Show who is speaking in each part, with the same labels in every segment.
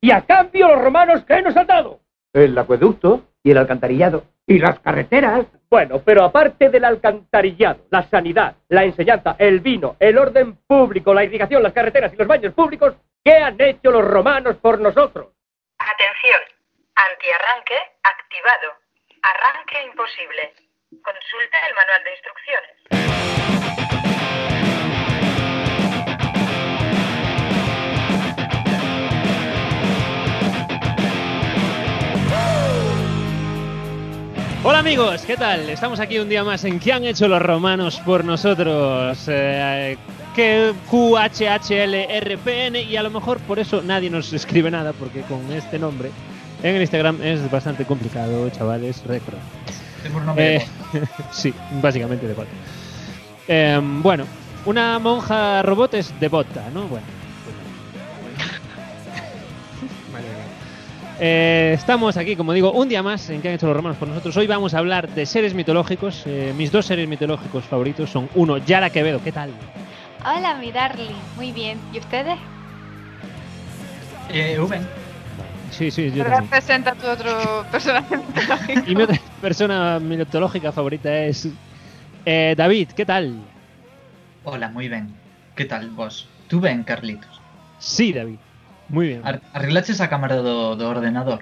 Speaker 1: Y a cambio, los romanos, ¿qué nos han dado?
Speaker 2: El acueducto y el alcantarillado. Y las carreteras.
Speaker 1: Bueno, pero aparte del alcantarillado, la sanidad, la enseñanza, el vino, el orden público, la irrigación, las carreteras y los baños públicos, ¿qué han hecho los romanos por nosotros?
Speaker 3: Atención. Antiarranque activado. Arranque imposible. Consulta el manual de instrucciones.
Speaker 4: Hola amigos, ¿qué tal? Estamos aquí un día más en ¿Qué han hecho los romanos por nosotros? Eh, que QHHLRPN y a lo mejor por eso nadie nos escribe nada porque con este nombre en el Instagram es bastante complicado, chavales, recro. Eh, sí, básicamente de bot. Eh, bueno, una monja robot es de bota, ¿no? Bueno. pues, Vale, vale. Eh, estamos aquí, como digo, un día más en que han hecho los romanos por nosotros. Hoy vamos a hablar de seres mitológicos. Eh, mis dos seres mitológicos favoritos son uno, Yara Quevedo, ¿qué tal?
Speaker 5: Hola, mi darling. Muy bien. ¿Y ustedes?
Speaker 6: Eh, Uben.
Speaker 4: Sí, sí, yo también.
Speaker 5: Representa tu otro personaje
Speaker 4: Y mi otra persona mitológica favorita es eh, David, ¿qué tal?
Speaker 6: Hola, muy bien. ¿Qué tal vos? Tú ben, Carlitos.
Speaker 4: Sí, David. Muy bien.
Speaker 6: Ar arreglache esa cámara do, do ordenador.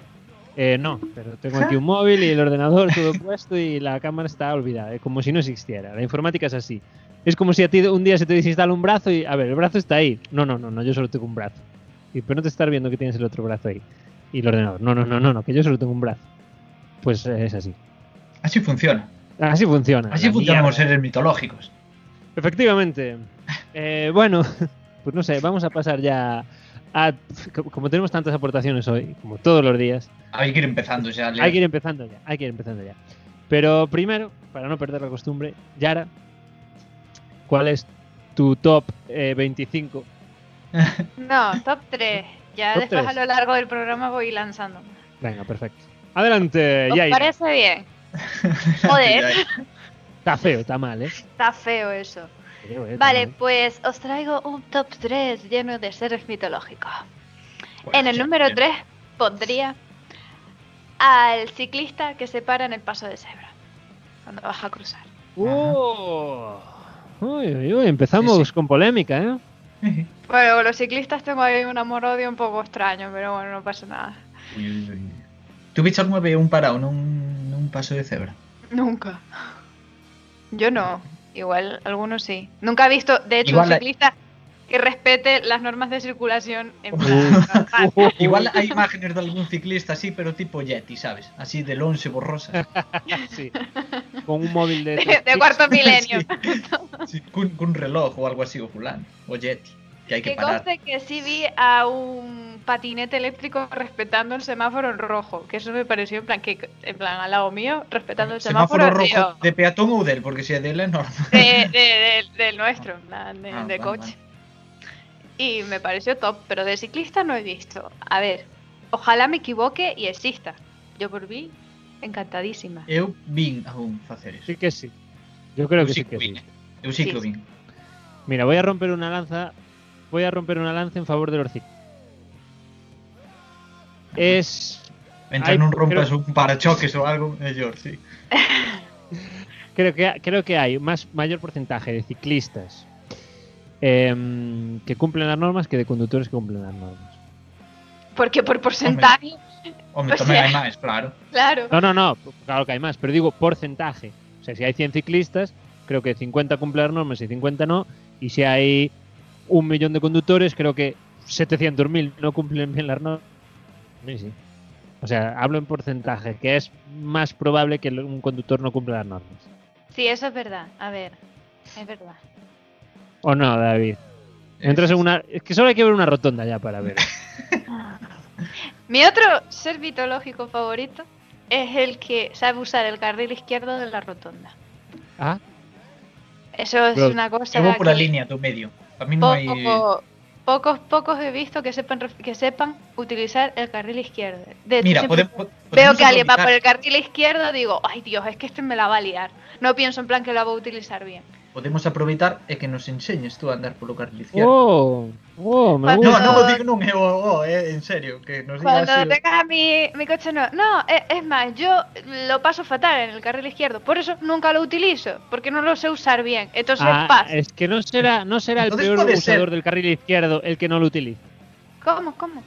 Speaker 4: Eh, no, pero tengo aquí un móvil y el ordenador todo puesto y la cámara está olvidada, eh, como si no existiera. La informática es así. Es como si a ti un día se te desinstala un brazo y, a ver, el brazo está ahí. No, no, no, no yo solo tengo un brazo. Y pero no te estás viendo que tienes el otro brazo ahí. Y el ordenador, no, no, no, no, no que yo solo tengo un brazo. Pues eh, es así.
Speaker 6: Así funciona.
Speaker 4: Así funciona.
Speaker 6: Así
Speaker 4: la
Speaker 6: funcionan los
Speaker 4: mierda.
Speaker 6: seres mitológicos.
Speaker 4: Efectivamente. Eh, bueno, pues no sé, vamos a pasar ya a... Como tenemos tantas aportaciones hoy, como todos los días,
Speaker 6: Hay que ir empezando ya. Leo.
Speaker 4: hay que ir empezando ya, hay que ir empezando ya. Pero primero, para no perder la costumbre, Yara, ¿cuál es tu top eh, 25?
Speaker 5: No, top 3. Ya
Speaker 4: Top
Speaker 5: después
Speaker 4: tres.
Speaker 5: a lo largo del programa voy lanzando.
Speaker 4: Venga, perfecto. Adelante,
Speaker 5: ¿Os
Speaker 4: Yaira.
Speaker 5: parece bien? Joder,
Speaker 4: Está feo, está mal, ¿eh?
Speaker 5: está feo eso.
Speaker 4: Creo, eh,
Speaker 5: Vale,
Speaker 4: también.
Speaker 5: pues os traigo un top 3 lleno de seres mitológicos.
Speaker 4: Pues
Speaker 6: Bueno,
Speaker 5: En el
Speaker 6: ya,
Speaker 5: número
Speaker 6: bien.
Speaker 5: 3 pondría al ciclista que se para en el paso de cebra cuando vas a cruzar.
Speaker 4: ¡Oh!
Speaker 5: Uh.
Speaker 4: Uy, uy, uy, empezamos
Speaker 6: Sí, sí.
Speaker 4: con polémica, ¿eh?
Speaker 6: Uy,
Speaker 5: Bueno, con los ciclistas tengo ahí un amor-odio un poco extraño, pero bueno, no pasa nada.
Speaker 6: uy, uy. Tuviste algunha vez un parado nun, nun paso de cebra?
Speaker 5: Nunca. Yo no. Igual algunos sí. Nunca he visto, de hecho,
Speaker 6: Igual
Speaker 5: un
Speaker 6: la-
Speaker 5: ciclista que respete las normas de circulación en
Speaker 6: Uh.
Speaker 5: plan normal.
Speaker 6: Igual hai imágenes de algún ciclista así, pero tipo Yeti, sabes? Así de lonxe borrosa.
Speaker 4: Sí. Con un móvil de.
Speaker 5: de, de cuarto milenio.
Speaker 6: Sí, cun, cun reloj ou algo así o fulano. O Yeti. Que hai
Speaker 5: Que
Speaker 6: que parar.
Speaker 5: conste que sí vi a un patinete eléctrico respetando el semáforo en rojo, que eso me pareció en plan que en plan al lado mío respetando el semáforo,
Speaker 6: Semáforo rojo
Speaker 5: tío,
Speaker 6: de peatón ou del, porque se é del é normal.
Speaker 5: de- de- de- del nuestro, en plan de,
Speaker 6: Ah,
Speaker 5: de
Speaker 6: vale,
Speaker 5: coche. Y me pareció top, pero de ciclista no he visto. A ver, ojalá me equivoque y exista. Yo por mí encantadísima.
Speaker 6: Eu vin a un facer iso.
Speaker 4: Sí que sí. Yo creo
Speaker 6: Eu
Speaker 4: que sí
Speaker 6: sí ¿eh? que
Speaker 4: que
Speaker 6: vin.
Speaker 4: sí.
Speaker 6: Eu sí que
Speaker 5: Sí,
Speaker 6: o vin.
Speaker 4: Mira, voy a romper una lanza. Voy a romper una lanza en favor del orcito. Es.
Speaker 6: Mientras
Speaker 4: Ay,
Speaker 6: non rompas
Speaker 4: creo-
Speaker 6: un parachoques ou algo, mellor, sí.
Speaker 4: Creo que, creo que hay más mayor porcentaje de ciclistas em, que cumplen las normas que de conductores que cumplen las normas.
Speaker 5: Porque por porcentaje,
Speaker 6: Home,
Speaker 5: O
Speaker 6: tamén
Speaker 5: sea-
Speaker 6: hai máis, claro.
Speaker 5: claro.
Speaker 4: No, no, no, claro que hay más, pero digo porcentaje. O sea, si hay 100 ciclistas, creo que 50 cumplen las normas y 50 no. Y si hay un millón de conductores, creo que 700.000 no cumplen bien las normas. Sí, sí. O sea, hablo en porcentaje, que es más probable que un conductor no cumpla las normas.
Speaker 5: Sí, eso es verdad. A ver, es verdad.
Speaker 4: ¿O no, David? Entras en una... Es que solo hay que ver una rotonda ya para ver.
Speaker 5: Mi otro ser mitológico favorito es el que sabe usar el carril izquierdo de la rotonda.
Speaker 4: Ah,
Speaker 5: Eso es
Speaker 4: Pero
Speaker 5: una cosa
Speaker 6: Eu vou pola
Speaker 5: que
Speaker 6: línea do medio. A mí non hai...
Speaker 5: poco- pocos, pocos he visto que sepan ref- que sepan utilizar el carril izquierdo. De hecho,
Speaker 6: Mira,
Speaker 5: siempre
Speaker 6: podemos, podemos
Speaker 5: veo que alguien va por el
Speaker 6: aproveitar-
Speaker 5: carril izquierdo digo, ay Dios, es que este me la va a liar. No pienso en plan que la voy a utilizar bien.
Speaker 6: podemos aproveitar é que nos enseñes tú a andar polo carril izquierdo.
Speaker 4: Oh, oh, me
Speaker 5: Cuando-
Speaker 6: No,
Speaker 4: gusta.
Speaker 6: non o digo non é o o, é oh, eh, en serio, que nos digas
Speaker 5: Cuando
Speaker 6: así.
Speaker 5: tenga mi, mi coche no. No, e- es, más, yo lo paso fatal en el carril izquierdo. Por eso nunca lo utilizo, porque no lo sé usar bien. Entonces,
Speaker 4: Ah,
Speaker 5: paz.
Speaker 4: es que no será, no será el
Speaker 6: Entonces
Speaker 4: peor
Speaker 6: puede
Speaker 4: usador
Speaker 6: ser.
Speaker 4: del carril izquierdo el que no lo utilice.
Speaker 5: ¿Cómo, cómo?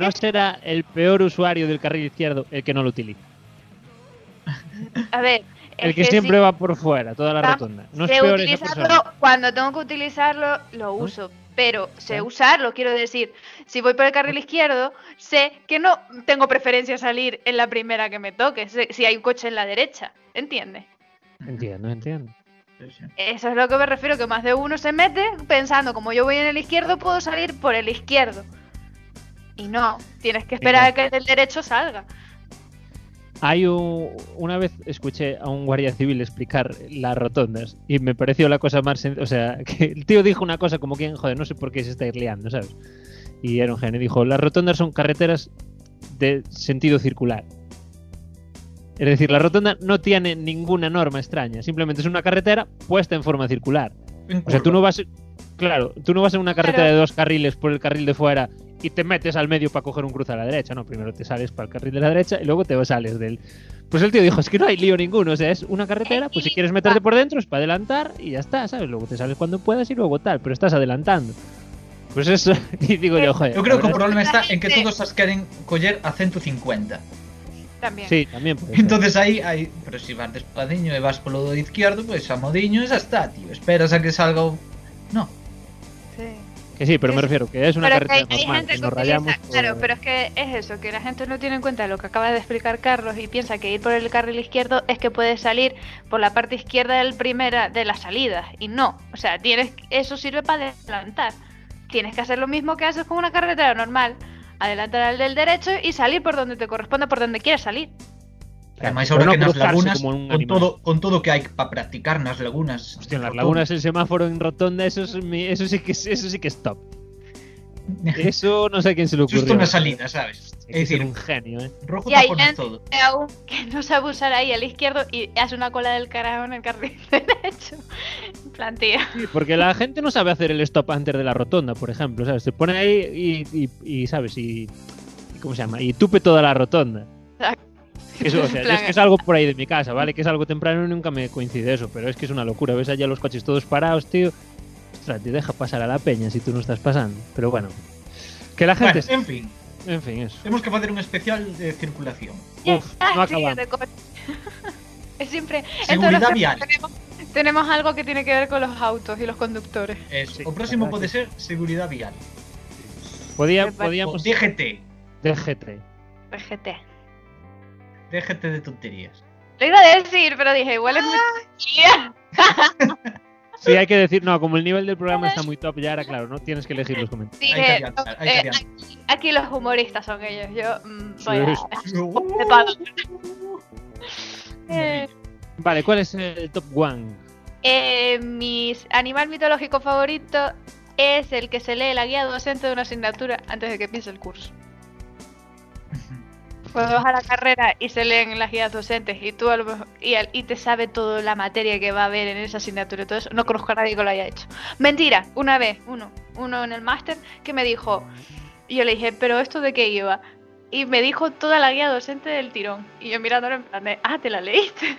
Speaker 4: No será el peor usuario del carril izquierdo el que no lo utilice.
Speaker 5: A ver.
Speaker 4: El
Speaker 5: es
Speaker 4: que,
Speaker 5: si
Speaker 4: siempre va por fuera, toda la
Speaker 5: Vamos,
Speaker 4: rotonda. No es
Speaker 5: sé
Speaker 4: peor esa
Speaker 5: utilizarlo,
Speaker 4: persona.
Speaker 5: cuando tengo que utilizarlo, lo uso. Pero sé
Speaker 4: ¿Eh?
Speaker 5: usarlo, quiero decir, si voy por el carril izquierdo, sé que no tengo preferencia a salir en la primera que me toque, sé- si hay un coche en la derecha, ¿entiendes?
Speaker 4: Entiendo, entiendo.
Speaker 5: Eso es lo que me refiero, que más de uno se mete pensando, como yo voy en el izquierdo, puedo salir por el izquierdo. Y no, tienes que esperar
Speaker 4: no.
Speaker 5: a que el del derecho salga.
Speaker 4: Hay un- una vez escuché a un guardia civil explicar las rotondas y me pareció la cosa más sen- o sea, que el tío dijo una cosa como que joder, no sé por qué se está irleando, ¿sabes? Y era un genio, dijo, "Las rotondas son carreteras de sentido circular." Es decir, la rotonda no tiene ninguna norma extraña, simplemente es una carretera puesta en forma circular. O sea, tú no vas. Claro, tú no vas en una carretera
Speaker 5: Claro.
Speaker 4: de dos carriles por el carril de fuera y te metes al medio para coger un cruce a la derecha. No, primero te sales para el carril de la derecha y luego te sales del. Pues el tío dijo: Es que no hay lío ninguno. O sea, es una carretera, pues si quieres meterte por dentro es para adelantar y ya está, ¿sabes? Luego te sales cuando puedas y luego tal, pero estás adelantando. Pues eso. Y digo yo, joder.
Speaker 6: Eu creo que o
Speaker 4: la verdad-
Speaker 6: problema está en que todos as queren coller a 150.
Speaker 5: También.
Speaker 4: Sí, también. pues, puede ser.
Speaker 6: Entonces aí, aí, pero si vas despadiño e vas polo do izquierdo, pois pues, a modiño e xa está, tío. Esperas a que salga o... No,
Speaker 5: Sí.
Speaker 4: Que sí, pero me
Speaker 5: es-
Speaker 4: refiero que es una
Speaker 5: pero
Speaker 4: carretera
Speaker 5: que hay, hay
Speaker 4: normal.
Speaker 5: gente
Speaker 4: que
Speaker 5: que
Speaker 4: nos
Speaker 5: utiliza-
Speaker 4: rayamos.
Speaker 5: claro,
Speaker 4: por-
Speaker 5: pero es que es eso, que la gente no tiene en cuenta lo que acaba de explicar Carlos y piensa que ir por el carril izquierdo es que puedes salir por la parte izquierda del primera de las salidas y no, o sea, tienes eso sirve para adelantar. Tienes que hacer lo mismo que haces con una carretera normal, adelantar al del derecho y salir por donde te corresponda, por donde quieres salir.
Speaker 6: Ademais,
Speaker 4: Pero
Speaker 6: ahora
Speaker 4: no
Speaker 6: que nas
Speaker 4: cruzarse
Speaker 6: lagunas,
Speaker 4: como un
Speaker 6: con
Speaker 4: animal.
Speaker 6: todo, con todo que hai para practicar nas lagunas...
Speaker 4: Hostia, en las
Speaker 6: rotondas.
Speaker 4: lagunas el semáforo en rotonda, eso, es mi- eso, sí, que, es- eso sí que es top. Eso no sé a quién se le ocurrió.
Speaker 6: Justo na salida, sabes?
Speaker 4: Hay
Speaker 6: É
Speaker 4: que ser
Speaker 6: dicir,
Speaker 4: un genio, ¿eh?
Speaker 6: rojo
Speaker 5: Y hay
Speaker 6: tapones
Speaker 5: gente-
Speaker 6: todo.
Speaker 5: Y aún que no sabe usar ahí al izquierdo y hace una cola del carajo en el carril derecho. En plan, tío.
Speaker 4: Porque la gente no sabe hacer el stop antes de la rotonda, por ejemplo, ¿sabes? Se pone ahí y, y- y, ¿sabes? Y, y ¿Cómo se llama? Y tupe toda la rotonda.
Speaker 5: Exacto.
Speaker 4: Eso, o sea, yo
Speaker 5: En plan-
Speaker 4: es que salgo por ahí de mi casa, ¿vale? Que es algo temprano y nunca me coincide eso, pero es que es una locura. Ves allá los coches todos parados, tío. Ostras, te deja pasar a la peña si tú no estás pasando. Pero bueno. Que la gente...
Speaker 6: Bueno, en fin,
Speaker 4: En fin, eso.
Speaker 6: temos que facer un especial de circulación.
Speaker 4: Uf, no
Speaker 5: Ah, sí,
Speaker 4: acabamos.
Speaker 5: de coche. es siempre. en todos los
Speaker 6: Seguridad
Speaker 5: temas
Speaker 6: vial.
Speaker 5: Tenemos, tenemos algo que tiene que ver con los autos y los conductores.
Speaker 6: Eso.
Speaker 4: Sí,
Speaker 6: o próximo
Speaker 4: la verdad
Speaker 6: pode ser seguridad vial.
Speaker 4: Podía,
Speaker 5: Me parece-
Speaker 6: O
Speaker 4: podíamos...
Speaker 6: DGT.
Speaker 4: DGT.
Speaker 5: RGT.
Speaker 6: DGT de tonterías.
Speaker 5: Lo iba a decir, pero dije, igual es muy.
Speaker 4: Ah.
Speaker 5: Ya.
Speaker 4: Sí, hay que decir, no, como el nivel del programa está muy top, ya era claro, ¿no? Tienes que elegir los comentarios.
Speaker 6: Hay que
Speaker 5: Dije,
Speaker 6: adiantar, hay que
Speaker 5: eh,
Speaker 6: adiantar.
Speaker 5: aquí, aquí los humoristas son ellos. Yo. mm,
Speaker 4: Sí,
Speaker 5: voy a-
Speaker 4: sí.
Speaker 5: me paro.
Speaker 6: Maravilla.
Speaker 4: Vale, ¿cuál es el top one?
Speaker 5: Eh, mi animal mitológico favorito es el que se lee la guía docente de una asignatura antes de que empiece el curso. Cuando vas a la carrera y se leen las guías docentes y tú a lo mejor- y, al- y te sabe toda la materia que va a haber en esa asignatura y todo eso, no conozco a nadie que lo haya hecho. Mentira, una vez, uno, uno en el máster que me dijo, y yo le dije, pero esto de qué iba? Y me dijo toda la guía docente del tirón. Y yo mirándolo en plan de, ah, ¿te la leíste?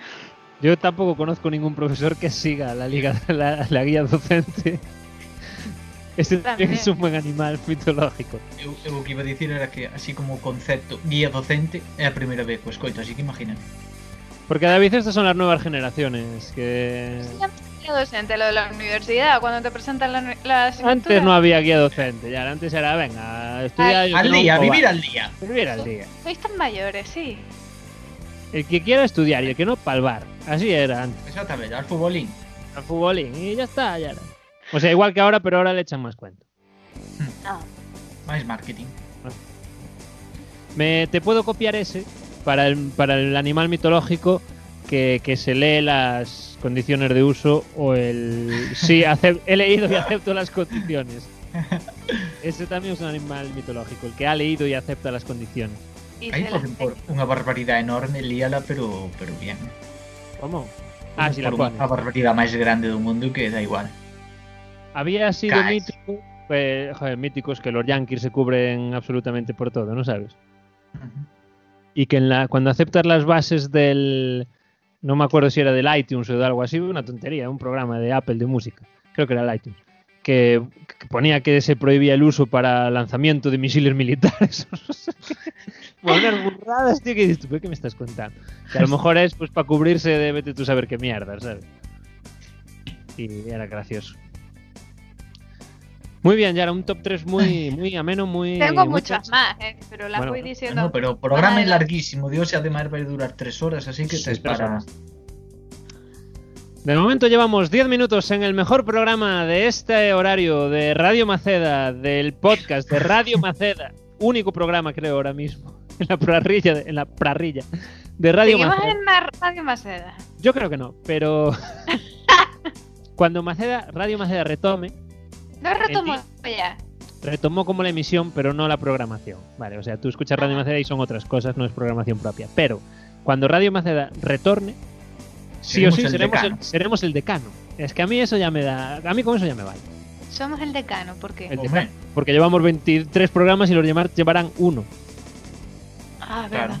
Speaker 4: Yo tampoco conozco ningún profesor que siga la, liga, la, la guía docente. Ese
Speaker 5: También.
Speaker 4: es un buen animal mitológico.
Speaker 6: Eu, eu o que iba a dicir era que así como concepto guía docente é a primeira vez que o escoito, así que imagina.
Speaker 4: Porque David, estas son las nuevas generaciones. Que
Speaker 5: Guía docente, lo de la universidad, cuando te presentan la, nu- la asignatura.
Speaker 4: antes no había guía docente, ya antes era, venga, estudiar. yo
Speaker 6: Al
Speaker 4: creo,
Speaker 6: día,
Speaker 4: un
Speaker 6: vivir
Speaker 4: cobarde.
Speaker 6: al día.
Speaker 4: Vivir al día.
Speaker 5: Sois tan mayores, sí.
Speaker 4: El que quiera estudiar y el que no, palvar. Así era antes.
Speaker 6: Exactamente, al futbolín.
Speaker 4: Al futbolín y ya está, ya era. O sea, igual que ahora, pero ahora le echan más cuenta.
Speaker 6: Máis marketing.
Speaker 4: Me, te puedo copiar ese para el, para el animal mitológico que, que se lee las condiciones de uso o el... Sí, acep- he leído y acepto las condiciones. Ese también es un animal mitológico, el que ha leído y acepta las condiciones.
Speaker 5: Y
Speaker 6: Aí
Speaker 5: se las
Speaker 6: poden por unha barbaridade enorme, líala, pero pero bien.
Speaker 4: ¿Cómo? Ah, si la
Speaker 6: por
Speaker 4: pones.
Speaker 6: unha barbaridade máis grande do mundo que dá igual.
Speaker 4: Había sido
Speaker 6: Casi.
Speaker 4: mítico. eh, joder, míticos que los Yankees se cubren absolutamente por todo, ¿no sabes? Y que en la, cuando aceptas las bases del. No me acuerdo si era del iTunes o de algo así, una tontería, un programa de Apple de música. Creo que era el iTunes. Que, que ponía que se prohibía el uso para lanzamiento de misiles militares. o no sé qué. Unas burradas, tío, que dices tú, "¿Pero ¿qué me estás contando? Que a lo mejor es pues para cubrirse de vete tú saber qué mierda, ¿sabes? Y era gracioso. Muy bien, Yara, un top 3 muy, muy ameno, muy.
Speaker 5: Tengo
Speaker 4: muy
Speaker 5: muchas más, eh, pero las
Speaker 4: Bueno,
Speaker 5: voy
Speaker 4: bueno,
Speaker 5: diciendo.
Speaker 6: No, pero o programa é
Speaker 5: Vale.
Speaker 6: larguísimo, Dios, e ademais vai durar tres horas, así que
Speaker 4: Sí,
Speaker 6: tes
Speaker 4: tres
Speaker 6: para...
Speaker 4: horas. De momento llevamos 10 minutos en el mejor programa de este horario de Radio Maceda, del podcast de Radio Maceda, único programa creo ahora mismo, en la prarrilla, de- en la prarrilla de Radio
Speaker 5: Seguimos
Speaker 4: Maceda.
Speaker 5: en la Radio Maceda.
Speaker 4: Yo creo que no, pero cuando Maceda, Radio Maceda retome,
Speaker 5: No retomo ya.
Speaker 4: retomó como la emisión, pero no la programación. Vale, o sea, tú escuchas Radio Maceda y son otras cosas, no es programación propia. Pero cuando Radio Maceda retorne, sí o
Speaker 6: Seremos
Speaker 4: sí
Speaker 6: el
Speaker 4: seremos
Speaker 6: decano.
Speaker 4: el, seremos el decano. Es que a mí eso ya me da, a mí con eso ya me vale.
Speaker 5: Somos el decano, ¿por qué?
Speaker 4: El
Speaker 6: Hombre,
Speaker 4: Porque llevamos 23 programas y los llamar llevarán uno.
Speaker 5: Ah,
Speaker 6: claro.
Speaker 5: verdad.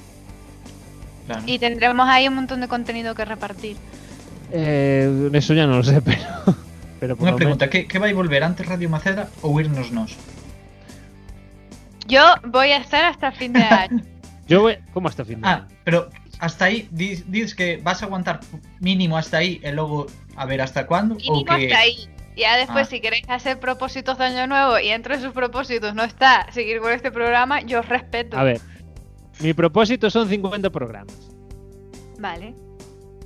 Speaker 6: Claro.
Speaker 5: Y tendremos ahí un montón de contenido que repartir.
Speaker 4: Eh, eso ya no lo sé, pero. pero por
Speaker 6: Unha
Speaker 4: lo
Speaker 6: pregunta, que, que vai volver antes Radio Maceda ou irnos nós?
Speaker 5: Yo voy a estar hasta fin de año.
Speaker 4: menos- Yo voy. ¿Cómo hasta fin de
Speaker 6: Ah,
Speaker 4: año?
Speaker 6: pero hasta aí dis, dis que vas a aguantar mínimo hasta aí e logo a ver hasta cuándo ou
Speaker 5: Mínimo
Speaker 6: que
Speaker 5: hasta ahí. Ya después,
Speaker 6: Ah.
Speaker 5: si queréis hacer propósitos de año nuevo y entre sus propósitos no está seguir con este programa, yo os respeto.
Speaker 4: A ver. Mi propósito son 50 programas.
Speaker 5: Vale.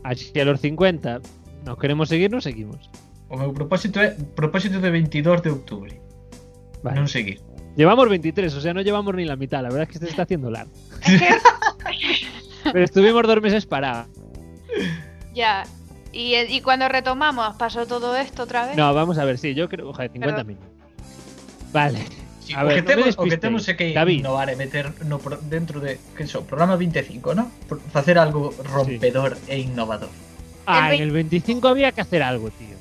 Speaker 4: Así que a los 50 nos queremos seguir, nos seguimos.
Speaker 6: o meu propósito é propósito de 22 de outubro,
Speaker 4: Vale.
Speaker 6: non seguir.
Speaker 4: Llevamos 23, o sea, no llevamos ni la mitad. La verdad es que se está haciendo largo.
Speaker 5: Es que
Speaker 4: Pero estuvimos dos meses parados.
Speaker 5: Ya. ¿Y, eh, y cuando retomamos, pasó todo esto otra vez?
Speaker 4: No, vamos a ver, sí, yo creo. Ojalá, 50
Speaker 5: Pero-
Speaker 4: mil. Vale.
Speaker 6: Sí,
Speaker 4: A
Speaker 6: o,
Speaker 4: ver,
Speaker 6: que
Speaker 4: non
Speaker 6: temos,
Speaker 4: me
Speaker 6: o que temos é que
Speaker 4: David.
Speaker 6: innovar e meter no, pro- dentro de que so, programa 25, ¿no? Pro- Facer algo rompedor e innovador.
Speaker 4: Ah, en
Speaker 5: El
Speaker 4: el 25 había que hacer algo, tío.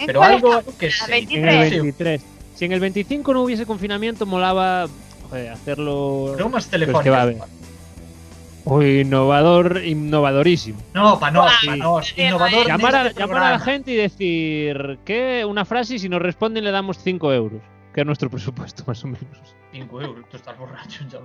Speaker 5: ¿En
Speaker 6: Pero
Speaker 5: cuál
Speaker 6: algo
Speaker 5: estamos?
Speaker 6: que
Speaker 5: Ah,
Speaker 6: se
Speaker 5: 23.
Speaker 4: En el
Speaker 6: Sí,
Speaker 4: 23. Si en el 25 no hubiese confinamiento, molaba joder, hacerlo
Speaker 6: Bromas
Speaker 4: pues que va a haber.
Speaker 6: telefónicas.
Speaker 4: Uy, innovador, innovadorísimo.
Speaker 6: No, pa nós, pa
Speaker 4: Sí.
Speaker 6: nós, innovador.
Speaker 4: Llamar a,
Speaker 6: neste
Speaker 4: llamar a la
Speaker 6: este programa.
Speaker 4: gente y decir que una frase y si nos responden le damos 5 euros, que es nuestro presupuesto más o menos.
Speaker 6: 5 euros, tú estás borracho, ya.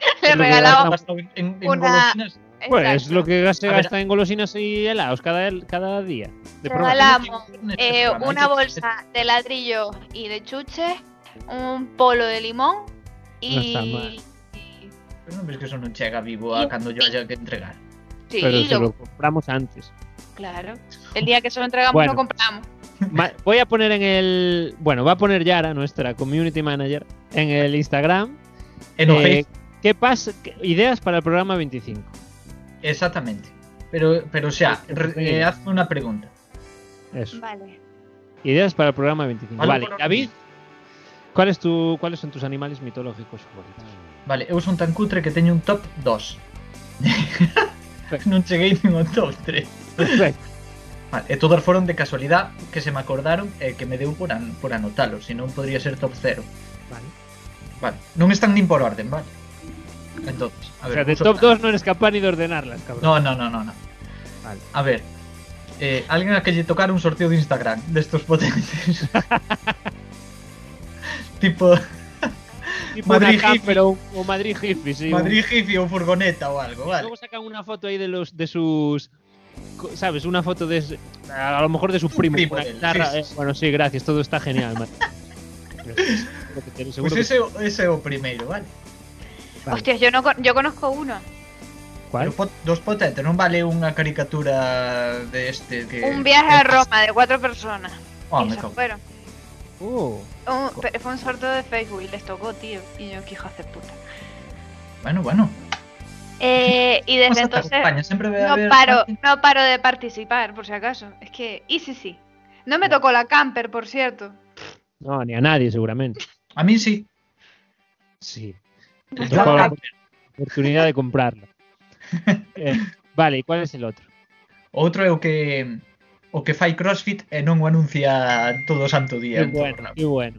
Speaker 5: Le
Speaker 4: lo que
Speaker 5: regalaba.
Speaker 4: gastamos.
Speaker 6: Gastado en, en, en
Speaker 5: Una-
Speaker 6: golosinas.
Speaker 4: Pues es
Speaker 5: Exacto.
Speaker 4: lo que se
Speaker 6: A ver.
Speaker 4: gasta en golosinas y helados cada, cada día. De promo.
Speaker 5: Regalar. Regalamos,
Speaker 6: Tenemos que-
Speaker 5: Eh,
Speaker 6: Hay
Speaker 5: una
Speaker 6: que-
Speaker 5: bolsa de ladrillo y de chuches, un polo de limón
Speaker 4: está
Speaker 5: y.
Speaker 4: mal.
Speaker 5: y-
Speaker 6: Pero non ves que eso non chega vivo a cando yo haya que entregar.
Speaker 5: Sí,
Speaker 4: Pero se
Speaker 5: lo-
Speaker 4: lo compramos antes.
Speaker 5: claro. El día que se lo entregamos,
Speaker 4: Bueno.
Speaker 5: lo compramos.
Speaker 4: Ma- Voy a poner en el. Bueno, va a poner Yara, nuestra community manager, en el Instagram.
Speaker 6: En o
Speaker 4: eh,
Speaker 6: Face,
Speaker 4: ¿Qué pasa? qué- Ideas para el programa 25.
Speaker 6: exactamente. Pero, pero xa, re, eh, hazme una pregunta.
Speaker 4: Eso.
Speaker 5: Vale.
Speaker 4: Ideas para el programa 25.
Speaker 6: Algo
Speaker 4: Vale,
Speaker 6: por-
Speaker 4: David, ¿cuál es tu, ¿cuáles son tus animales mitológicos favoritos?
Speaker 6: Vale, eu son tan cutre que teño un top 2. non cheguei nin ao top 3.
Speaker 4: Perfecto.
Speaker 6: Vale, e todos foron de casualidad que se me acordaron e que me deu por, an por anotalo, se non podría ser top 0.
Speaker 4: Vale.
Speaker 6: Vale, non están nin por orden, vale? Entonces, a
Speaker 4: O
Speaker 6: ver...
Speaker 4: sea, de
Speaker 6: uso-
Speaker 4: top 2 no eres capaz ni de ordenarlas, cabrón.
Speaker 6: No, no, no, no, no.
Speaker 4: Vale.
Speaker 6: A ver, eh, alguén a que lle tocar un sorteo de Instagram destos potentes. tipo
Speaker 4: tipo
Speaker 6: Madrid
Speaker 4: una Camp,
Speaker 6: hippie.
Speaker 4: pero un- o Madrid hippie, sí.
Speaker 6: Madrid Hippie ou furgoneta ou algo,
Speaker 4: Un-
Speaker 6: vale?
Speaker 4: Luego sacan una foto ahí de los de sus co- ¿Sabes? Una foto de. ese- A lo mejor de su primo.
Speaker 6: primo
Speaker 4: con una
Speaker 6: de él,
Speaker 4: guitarra,
Speaker 6: sí,
Speaker 4: eh,
Speaker 6: sí.
Speaker 4: Bueno, sí, gracias. Todo está genial. Mar- Seguro que te- seguro
Speaker 6: Pois
Speaker 4: que-
Speaker 6: ese, é o- ese é o primeiro, vale?
Speaker 4: Vale.
Speaker 5: Hostias, yo, no, con- yo conozco uno.
Speaker 4: ¿Cuál?
Speaker 6: Pero pot dos potentes, non vale unha caricatura de este que...
Speaker 5: Un viaje a Roma de cuatro personas.
Speaker 6: Oh,
Speaker 5: Y
Speaker 6: me
Speaker 5: se
Speaker 6: cago.
Speaker 5: fueron.
Speaker 4: Oh,
Speaker 5: Un- pero fue un sorteo de Facebook y les tocó, tío. Y yo, que hijos de puta.
Speaker 6: Bueno, bueno.
Speaker 5: Eh, y desde
Speaker 6: Vamos a hacer
Speaker 5: entonces.
Speaker 6: campaña, Siempre va a
Speaker 5: No
Speaker 6: haber
Speaker 5: paro,
Speaker 6: alguien-
Speaker 5: no paro de participar, por si acaso. Es que, y sí, sí. No me tocó la camper, por cierto.
Speaker 4: no, ni a nadie, seguramente.
Speaker 6: A mí sí.
Speaker 4: Sí.
Speaker 6: Yo
Speaker 4: Tocó la
Speaker 6: acá-
Speaker 4: oportunidad de comprarla. Eh, vale, ¿y cuál es el otro?
Speaker 6: Outro é o que o que fai CrossFit e non o anuncia todo o santo
Speaker 4: Qué
Speaker 6: día. en todo o
Speaker 4: bueno,
Speaker 6: programa.
Speaker 4: qué bueno.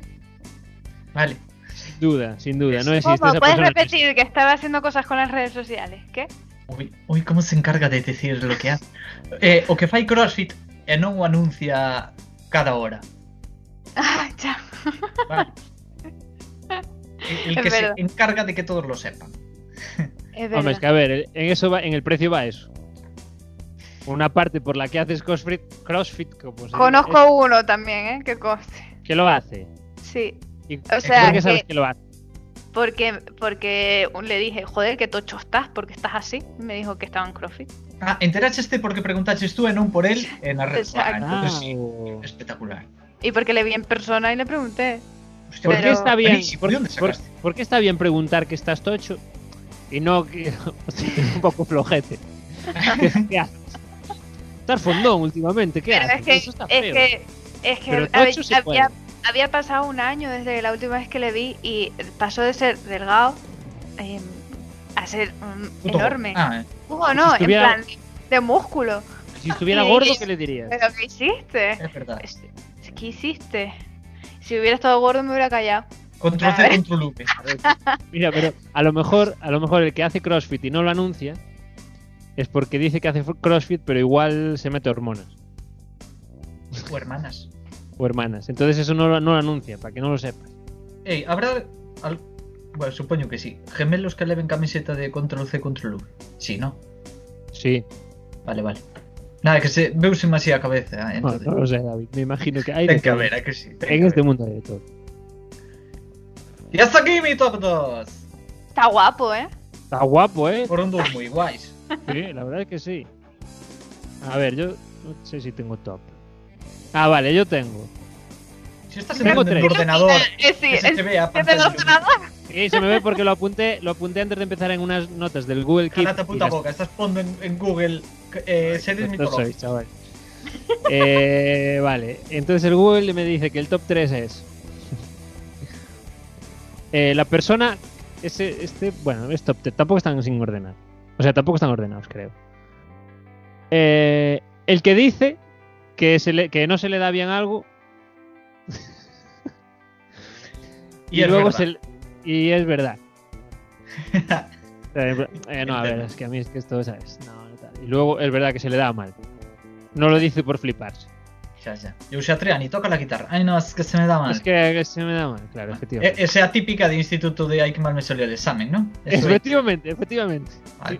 Speaker 6: Vale.
Speaker 4: Sin duda, sin duda. No existe
Speaker 5: ¿Cómo?
Speaker 4: esa
Speaker 5: Puedes
Speaker 4: persona.
Speaker 5: repetir que estaba haciendo cosas con las redes sociales. ¿Qué?
Speaker 6: Ui, ui, como se encarga de decir lo que hace. Eh, o que fai CrossFit e non o anuncia cada hora.
Speaker 5: Ah, ya.
Speaker 6: Vale. El, el
Speaker 5: Es
Speaker 6: que se
Speaker 5: verdad.
Speaker 6: encarga de que todos lo sepan.
Speaker 5: Es verdad.
Speaker 4: Hombre, es que a ver, en eso va, en el precio va eso. Una parte por la que haces CrossFit, CrossFit como se
Speaker 5: Conozco uno también, ¿eh? Que coste.
Speaker 4: dice, que lo hace.
Speaker 5: Sí.
Speaker 4: Y
Speaker 5: O sea,
Speaker 4: ¿por qué sabes
Speaker 5: que-
Speaker 4: que lo hace?
Speaker 5: Porque, porque le dije, joder, qué tocho estás, porque estás así. Me dijo que estaba en CrossFit.
Speaker 6: Ah, enteraste porque preguntaches tú e non por él en la red. Ah,
Speaker 5: Exacto.
Speaker 6: entonces sí,
Speaker 4: Wow.
Speaker 6: espectacular.
Speaker 5: Y porque le vi en persona y le pregunté.
Speaker 6: Hostia,
Speaker 4: ¿Por
Speaker 5: Pero-
Speaker 4: qué está bien?
Speaker 6: Buenísimo,
Speaker 4: por-
Speaker 6: ¿de dónde
Speaker 4: por-
Speaker 6: sacaste?
Speaker 4: por qué está bien preguntar que estás tocho y no que es un poco flojete? ¿Qué, qué haces? Estás fondón últimamente, ¿qué
Speaker 5: Pero
Speaker 4: haces?
Speaker 5: es que,
Speaker 4: Eso está
Speaker 5: es
Speaker 4: feo.
Speaker 5: que, es que
Speaker 4: Pero
Speaker 5: hab-
Speaker 4: tocho sí puede.
Speaker 5: había, había pasado un año desde la última vez que le vi y pasó de ser delgado eh, a ser mm,
Speaker 6: Puto.
Speaker 5: enorme.
Speaker 6: Ah,
Speaker 5: Ojo, no, en
Speaker 4: Pues estuviera-
Speaker 5: plan de músculo.
Speaker 4: Si estuviera
Speaker 5: Sí.
Speaker 4: gordo, ¿qué le dirías?
Speaker 5: ¿Pero qué hiciste?
Speaker 6: es verdad.
Speaker 5: Es- es- ¿Qué hiciste? Si hubiera estado gordo me hubiera callado.
Speaker 6: Control
Speaker 5: A
Speaker 6: C,
Speaker 5: ver.
Speaker 6: control V.
Speaker 4: Mira, pero a lo mejor, a lo mejor el que hace CrossFit y no lo anuncia es porque dice que hace CrossFit, pero igual se mete hormonas
Speaker 6: pues, O hermanas.
Speaker 4: o hermanas. Entonces eso no, lo- no lo anuncia, para que no lo sepas.
Speaker 6: Ey, habrá. al- Bueno, supoño que sí. Gemelos que leven camiseta de control C, control V. Sí, ¿no?
Speaker 4: Sí,
Speaker 6: Vale, vale. Nada, que se veuse así a cabeza. eh,
Speaker 4: no,
Speaker 6: Entonces.
Speaker 4: no lo sé, David. Me imagino que hay de
Speaker 6: Ten que
Speaker 4: todo.
Speaker 6: haber, a que sí. ten
Speaker 4: En
Speaker 6: que
Speaker 4: este
Speaker 6: haber.
Speaker 4: mundo hay de todo.
Speaker 6: Y hasta aquí mi top 2.
Speaker 5: Está guapo, ¿eh?
Speaker 4: Está guapo, ¿eh?
Speaker 6: Fueron dos muy guays.
Speaker 4: Sí, la verdad es que sí. A ver, yo no sé si tengo top. Ah, vale, yo tengo.
Speaker 6: Si estás
Speaker 4: Tengo
Speaker 6: en el
Speaker 4: tres.
Speaker 6: ordenador.
Speaker 5: Eh, sí,
Speaker 6: que se te
Speaker 5: es-
Speaker 6: vea a
Speaker 5: es del
Speaker 6: pantalla.
Speaker 5: ordenador.
Speaker 4: Y se me ve porque lo apunté, lo apunté antes de empezar en unas notas del Google Keep.
Speaker 6: Cállate a
Speaker 4: y
Speaker 6: puta
Speaker 4: las-
Speaker 6: boca. Estás poniendo en, en Google eh, series
Speaker 4: Tonto soy,
Speaker 6: mitológicas.
Speaker 4: chaval. Eh, vale, entonces el Google me dice que el top 3 es Eh, la persona ese este bueno es top 3, tampoco están sin ordenar, o sea tampoco están ordenados creo. Eh, el que dice que se le- que no se le da bien algo y,
Speaker 6: Y es
Speaker 4: luego
Speaker 6: verdad.
Speaker 4: se le- y es verdad. Eh, eh, no, a ver, es que a mí es que esto, ¿sabes? No, tal. Y luego es verdad que se le da mal. No lo dice por fliparse.
Speaker 6: Xa, xa. Eu xa Triani, toca la guitarra. Ai, no, es que se me da mal.
Speaker 4: Es que se me da mal, claro,
Speaker 6: E-
Speaker 4: efectivamente.
Speaker 6: Esa típica de instituto de hay que mal me salió el examen, ¿no? eh, Eso es.
Speaker 4: efectivamente, efectivamente.
Speaker 6: Vale.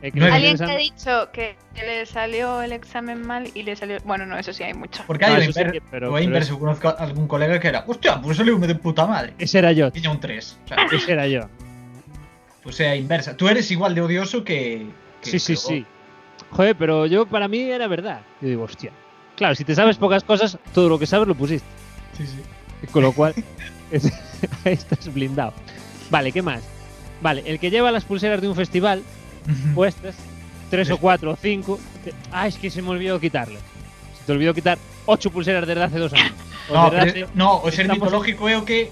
Speaker 4: Eh, que
Speaker 6: No
Speaker 4: me
Speaker 5: Alguien que
Speaker 4: están
Speaker 5: ha
Speaker 4: usando-
Speaker 5: dicho que le salió el examen mal y le salió... Bueno, no, eso sí hay mucho.
Speaker 6: Porque hai
Speaker 4: No,
Speaker 6: o
Speaker 4: Ah, eso sí
Speaker 6: inverso,
Speaker 4: que- pero-
Speaker 6: o hai
Speaker 4: pero
Speaker 6: inverso, conozco a algún colega que era, hostia, pues saliu de puta madre.
Speaker 4: Ese era yo,
Speaker 6: Tiña un 3, sabes?
Speaker 4: ese era yo.
Speaker 6: O pues sea, inversa. Tú eres igual de odioso que... que-
Speaker 4: Sí, sí,
Speaker 6: que-
Speaker 4: sí. Joder, pero yo para mí era verdad. Yo digo, hostia. Claro, si te sabes pocas cosas, todo lo que sabes lo pusiste.
Speaker 6: Sí, sí.
Speaker 4: Con lo cual, es- ahí estás blindado. Vale, ¿qué más? Vale, el que lleva las pulseras de un festival puestas, tres o cuatro o cinco. te- Ah, es que se me olvidó quitarle. Se te olvidó quitar ocho pulseras desde hace dos años. O
Speaker 6: No,
Speaker 4: desde
Speaker 6: pero,
Speaker 4: hace-
Speaker 6: no, o ser
Speaker 4: estamos-
Speaker 6: mitológico é o que,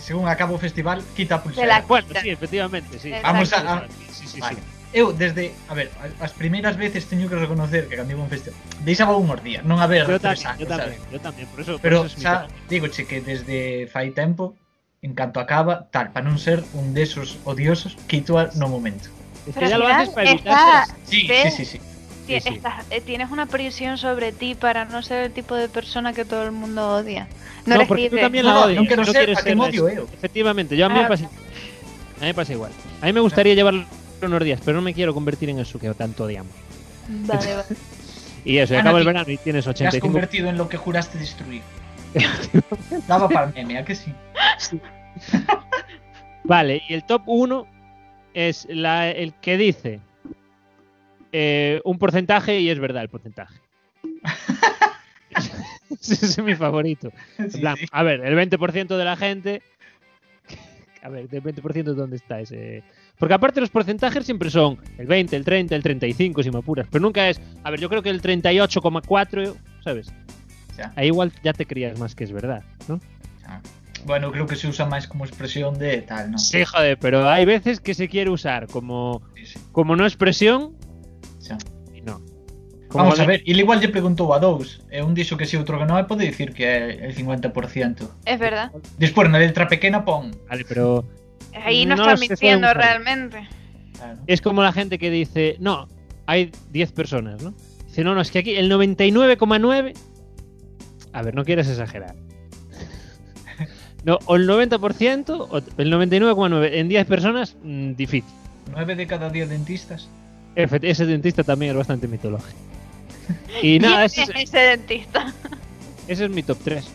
Speaker 6: según acabo o festival, quita a
Speaker 5: la-
Speaker 6: pulsera.
Speaker 4: Bueno,
Speaker 5: quita.
Speaker 4: sí, efectivamente, sí.
Speaker 5: Vamos
Speaker 6: a-
Speaker 4: Sí, sí, sí.
Speaker 6: ah, Vale. Eu desde, a ver, a- as primeiras veces teño que reconocer que cando iba a un festival, deixaba un os días, non haber
Speaker 4: Yo
Speaker 6: tres
Speaker 4: también,
Speaker 6: anos,
Speaker 4: yo
Speaker 6: sabes?
Speaker 4: también, yo también. Por eso, por
Speaker 6: Pero,
Speaker 4: eso es mi
Speaker 6: xa,
Speaker 4: top.
Speaker 6: digo che que desde fai tempo, en canto acaba, tal, para non ser un desos odiosos, quito a no momento.
Speaker 4: Es
Speaker 5: Pero
Speaker 4: que ya
Speaker 5: al
Speaker 4: lo
Speaker 5: final
Speaker 4: haces para
Speaker 5: está-
Speaker 4: evitar.
Speaker 6: Sí,
Speaker 5: Ve-
Speaker 6: sí, sí, sí.
Speaker 5: Ti-
Speaker 4: sí.
Speaker 5: estás- eh, tienes una prisión sobre ti para no ser el tipo de persona que todo el mundo odia. No,
Speaker 4: No,
Speaker 5: eres
Speaker 4: porque tú
Speaker 5: libre.
Speaker 4: también
Speaker 6: No,
Speaker 4: la
Speaker 6: no,
Speaker 4: odias.
Speaker 6: no quiero ser,
Speaker 4: quieres
Speaker 6: ¿a qué me
Speaker 4: la-
Speaker 6: odio eu?
Speaker 4: Efectivamente, yo a mí me
Speaker 5: Ah.
Speaker 4: pasa igual. A mí me pasa igual. A mí me gustaría llevarlo unos días, pero no me quiero convertir en eso que tanto odiamos.
Speaker 5: Vale, vale.
Speaker 4: Y eso, y
Speaker 6: Ana,
Speaker 4: acaba el
Speaker 6: ti-
Speaker 4: verano y tienes
Speaker 6: Te has
Speaker 4: 85
Speaker 6: convertido en lo que juraste destruir. Daba para meme, ¿a que sí?
Speaker 4: Vale, y el top 1 es la, el que dice eh, un porcentaje y es verdad el porcentaje. Ese es mi favorito. En
Speaker 6: Sí,
Speaker 4: plan,
Speaker 6: sí.
Speaker 4: A ver, el 20% de la gente... A ver, del 20% ¿dónde está ese? Porque aparte los porcentajes siempre son el 20, el 30, el 35, si me apuras. Pero nunca es, a ver, yo creo que el 38,4, ¿sabes?
Speaker 6: Xa,
Speaker 4: Ahí igual ya te creías más que es verdad, ¿no?
Speaker 6: xa. Bueno, creo que se usa máis como expresión de tal, ¿no?
Speaker 4: Sí, joder, pero hay veces que se quiere usar como,
Speaker 6: Sí, sí,
Speaker 4: como no expresión
Speaker 6: xa.
Speaker 4: y no. Como
Speaker 6: Vamos a
Speaker 4: alguén-
Speaker 6: ver, ele igual lle preguntou a dous E un dixo que si outro que non, e pode dicir que é el 50%
Speaker 5: Es verdad.
Speaker 6: Despois na letra pequena pon
Speaker 4: Vale, pero
Speaker 5: Ahí no,
Speaker 4: No,
Speaker 5: están
Speaker 4: sí fue
Speaker 5: mintiendo
Speaker 4: un fallo.
Speaker 5: realmente.
Speaker 6: claro.
Speaker 4: es como la gente que dice, no, hay 10 personas, ¿no? Dice, no, no, es que aquí el 99,9... A ver, no quieres exagerar. No, o el 90% o el 99,9 en 10 personas, mm, difícil.
Speaker 6: 9 de cada 10 dentistas
Speaker 4: Efe- Ese dentista también es bastante mitológico. Y nada, ese
Speaker 5: ¿Quién
Speaker 4: es,
Speaker 5: es ese dentista?
Speaker 4: ese es mi top 3.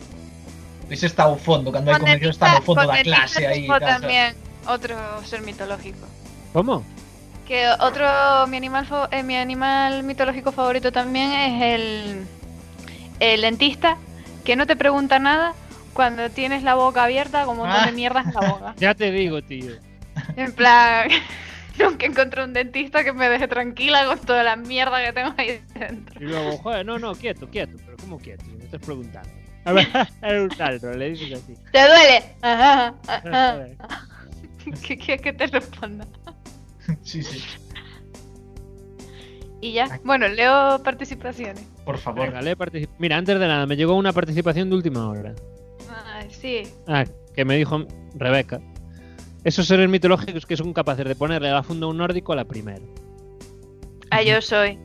Speaker 6: Ese está ao fondo, cando hai
Speaker 5: Con
Speaker 6: comedido está ao
Speaker 5: dentista-
Speaker 6: fondo
Speaker 5: con
Speaker 6: da
Speaker 5: dentista
Speaker 6: clase aí
Speaker 5: tengo
Speaker 6: tal, tal.
Speaker 5: también otro ser mitológico.
Speaker 4: ¿Cómo?
Speaker 5: Que otro, mi animal, fa- eh, mi animal mitológico favorito también es el, el dentista, que no te pregunta nada cuando tienes la boca abierta como un montón de
Speaker 6: Ah.
Speaker 5: mierdas en la boca.
Speaker 4: Ya te digo, tío.
Speaker 5: En plan, nunca encontré un dentista que me deje tranquila con toda la mierda que tengo ahí dentro.
Speaker 4: Y luego, joder, no, no, quieto, quieto. Pero ¿cómo quieto? Me estás preguntando. A ver, era un tal, le dices así.
Speaker 5: ¿Te duele? Ajá, ajá. ¿Qué quieres que te responda?
Speaker 6: Sí, sí,
Speaker 5: Y ya. Bueno, leo participaciones.
Speaker 6: por favor
Speaker 4: Venga, lee particip- Mira, antes de nada, me llegó una participación de última hora.
Speaker 5: Ay, sí.
Speaker 4: Ah, que me dijo Rebeca. Esos seres mitológicos que son capaces de ponerle la funda a un nórdico a la primera.
Speaker 5: Ah, yo soy.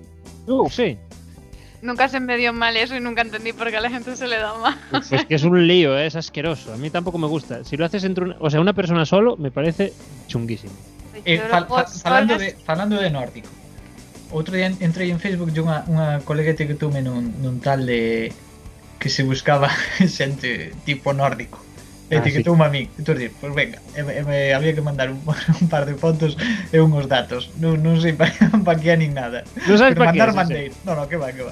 Speaker 4: Sí.
Speaker 5: Nunca se me dio mal eso y nunca entendí por qué a la gente se le da mal.
Speaker 4: Pues que es un lío, ¿eh? es asqueroso. A mí tampoco me gusta. Si lo haces entre una, o sea, una persona solo, me parece chunguísimo.
Speaker 6: Eh,
Speaker 5: Yo lo
Speaker 6: fal-
Speaker 5: puedo
Speaker 6: fa- falando,
Speaker 5: solas.
Speaker 6: de, falando de nórdico Outro día en- entrei en Facebook de unha, unha coleguete que tuve nun, nun tal de que se buscaba xente tipo nórdico E
Speaker 4: Ah,
Speaker 6: ah, que
Speaker 4: sí.
Speaker 6: sí. a mí E tú dí, pois venga, e, me- e me había que mandar un, un par de fotos e unhos datos Non, non sei para pa que é nin nada
Speaker 4: No sabes
Speaker 6: Pero
Speaker 4: para qué.
Speaker 6: mandar
Speaker 4: es, en
Speaker 6: mandei Non, non, que va, que va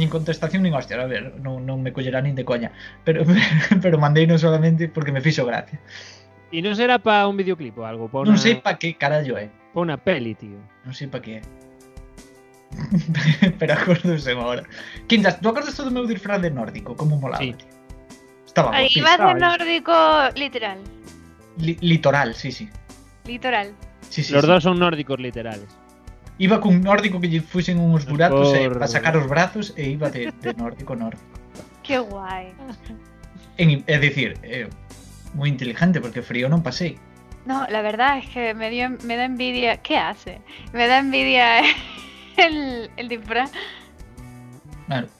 Speaker 6: Nin contestación nin hostia, a ver, non, non me collerá nin de coña Pero, pero mandei non solamente porque me fixo gracia
Speaker 4: serio. Y no será para un videoclip o algo, para una,
Speaker 6: Non sei pa que carallo é
Speaker 4: pa una peli, tío.
Speaker 6: Non sei pa que é. Pero acordouse agora. Quintas, tú acordas do meu disfraz de nórdico? Como molaba,
Speaker 4: Sí.
Speaker 6: sí. tío. Estaba
Speaker 5: Ahí
Speaker 6: guapísimo.
Speaker 5: vas de
Speaker 4: Ay.
Speaker 5: nórdico literal.
Speaker 6: Li- litoral, sí, sí.
Speaker 5: Litoral.
Speaker 6: Sí, sí,
Speaker 4: Los
Speaker 6: sí.
Speaker 4: dos son nórdicos literales.
Speaker 6: Iba cun nórdico que lle fusen uns buratos eh,
Speaker 4: Por-
Speaker 6: para sacar os brazos e iba de, de nórdico nórdico.
Speaker 5: Qué guay.
Speaker 6: En, é dicir, eh, moi inteligente porque frío non pasei.
Speaker 5: No, la verdad es que me, dio, me da envidia. ¿Qué hace? Me da envidia el, el disfraz.
Speaker 6: Claro.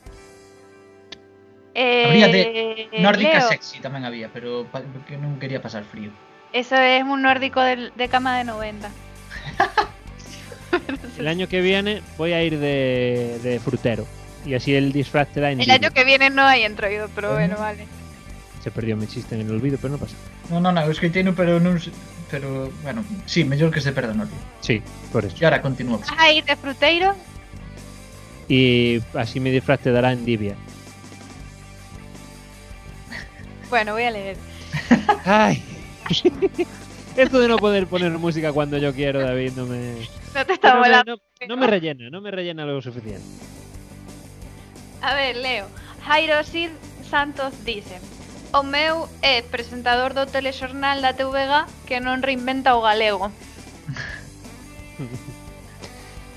Speaker 5: Eh,
Speaker 6: Habría de Nórdica
Speaker 5: Leo,
Speaker 6: sexy tamén había, pero pa, porque non quería pasar frío.
Speaker 5: Eso es un nórdico del- de, cama de 90.
Speaker 4: El año que viene voy a ir de, de frutero. Y así el disfraz te da
Speaker 5: El
Speaker 4: envidia.
Speaker 5: año que viene no hay entroido, pero
Speaker 6: Ujú.
Speaker 5: bueno, vale.
Speaker 4: Se perdió mi chiste en el olvido, pero no pasa. nada.
Speaker 6: Non, non, non, eu escritei pero non... se- Pero, bueno, sí, mellor que se perda o nórdico.
Speaker 4: Sí, por eso.
Speaker 6: E ahora continúa.
Speaker 5: ¿Vas a ir Ah, de fruteiro?
Speaker 4: Y así mi disfraz te dará envidia.
Speaker 5: Bueno, voy a leer.
Speaker 4: Ay. Esto de no poder poner música cuando yo quiero, David, no me...
Speaker 5: No te está
Speaker 4: No, no,
Speaker 5: volando.
Speaker 4: no, no me rellena, no me rellena lo suficiente.
Speaker 5: A ver, leo. Jairo Cid Santos dice O meu é presentador do telexornal da TVG que non reinventa o galego.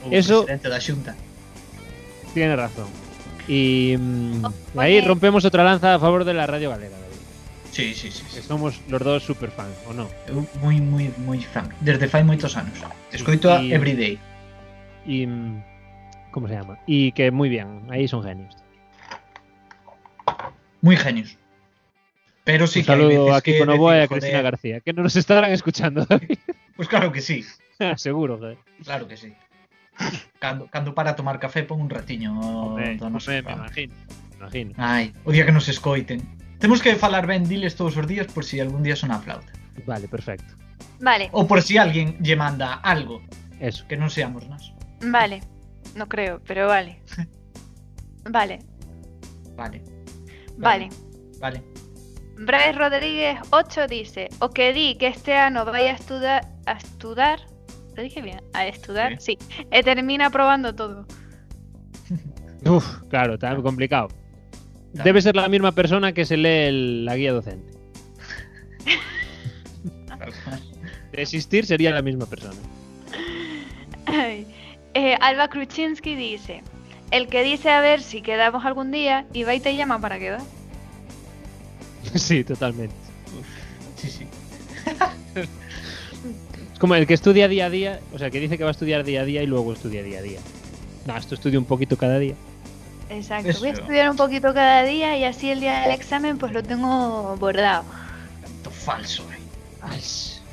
Speaker 6: O
Speaker 4: Eso-
Speaker 6: presidente da Xunta.
Speaker 4: Tiene razón. Y mm,
Speaker 5: Oh,
Speaker 4: ahí
Speaker 5: oye.
Speaker 4: rompemos otra lanza a favor de la radio galera, David.
Speaker 6: Sí, sí, sí.
Speaker 4: Que
Speaker 6: sí.
Speaker 4: somos los dos super fans, ¿o no?
Speaker 6: Eu moi, moi, moi fan. Desde fai moitos anos. Escoito a
Speaker 4: E-
Speaker 6: everyday.
Speaker 4: Y... mm, ¿Cómo se llama? Y que muy bien, ahí son genios.
Speaker 6: Moi genios. Pero sí
Speaker 4: Un
Speaker 6: que hai
Speaker 4: saludo
Speaker 6: veces
Speaker 4: a Kiko
Speaker 6: que
Speaker 4: Novoa y a
Speaker 6: decir,
Speaker 4: Cristina
Speaker 6: "Joder".
Speaker 4: García, que no nos estarán escuchando, David.
Speaker 6: Pois claro que sí,
Speaker 4: seguro. joder.
Speaker 6: claro que sí. Cando, cando para a tomar café pon un ratiño
Speaker 4: Hombre,
Speaker 6: do noso
Speaker 4: hombre, Eh, me
Speaker 6: programa.
Speaker 4: imagino. me imagino.
Speaker 6: Ai, o día que nos escoiten. Temos que falar ben diles todos os días por si algún día sona a flauta.
Speaker 4: Vale, perfecto.
Speaker 5: Vale,
Speaker 6: Ou por si alguén lle manda algo
Speaker 4: Eso.
Speaker 6: que non seamos nós.
Speaker 5: vale. No creo, pero vale. Vale,
Speaker 6: Vale,
Speaker 5: vale.
Speaker 6: Vale. vale.
Speaker 5: Brais Rodríguez 8 dice O que di que este ano vai a estudar a estudar ¿Lo dije bien? A estudar, sí. E termina probando todo.
Speaker 4: Uf, claro, tan complicado.
Speaker 6: Claro.
Speaker 4: Debe ser la misma persona que se lee el- la guía docente. De existir sería la misma persona.
Speaker 5: Ay. Eh, Alba Kruczynski dice, el que dice a ver si quedamos algún día y va y te llama para quedar.
Speaker 4: Sí, totalmente.
Speaker 6: Sí, sí.
Speaker 4: Es como el que estudia día a día, o sea, que dice que va a estudiar día a día y luego estudia día a día. No, esto estudia un poquito cada día.
Speaker 5: Exacto.
Speaker 6: Eso.
Speaker 5: Voy a estudiar un poquito cada día y así el día del examen pues lo tengo bordado.
Speaker 6: Tanto falso, eh.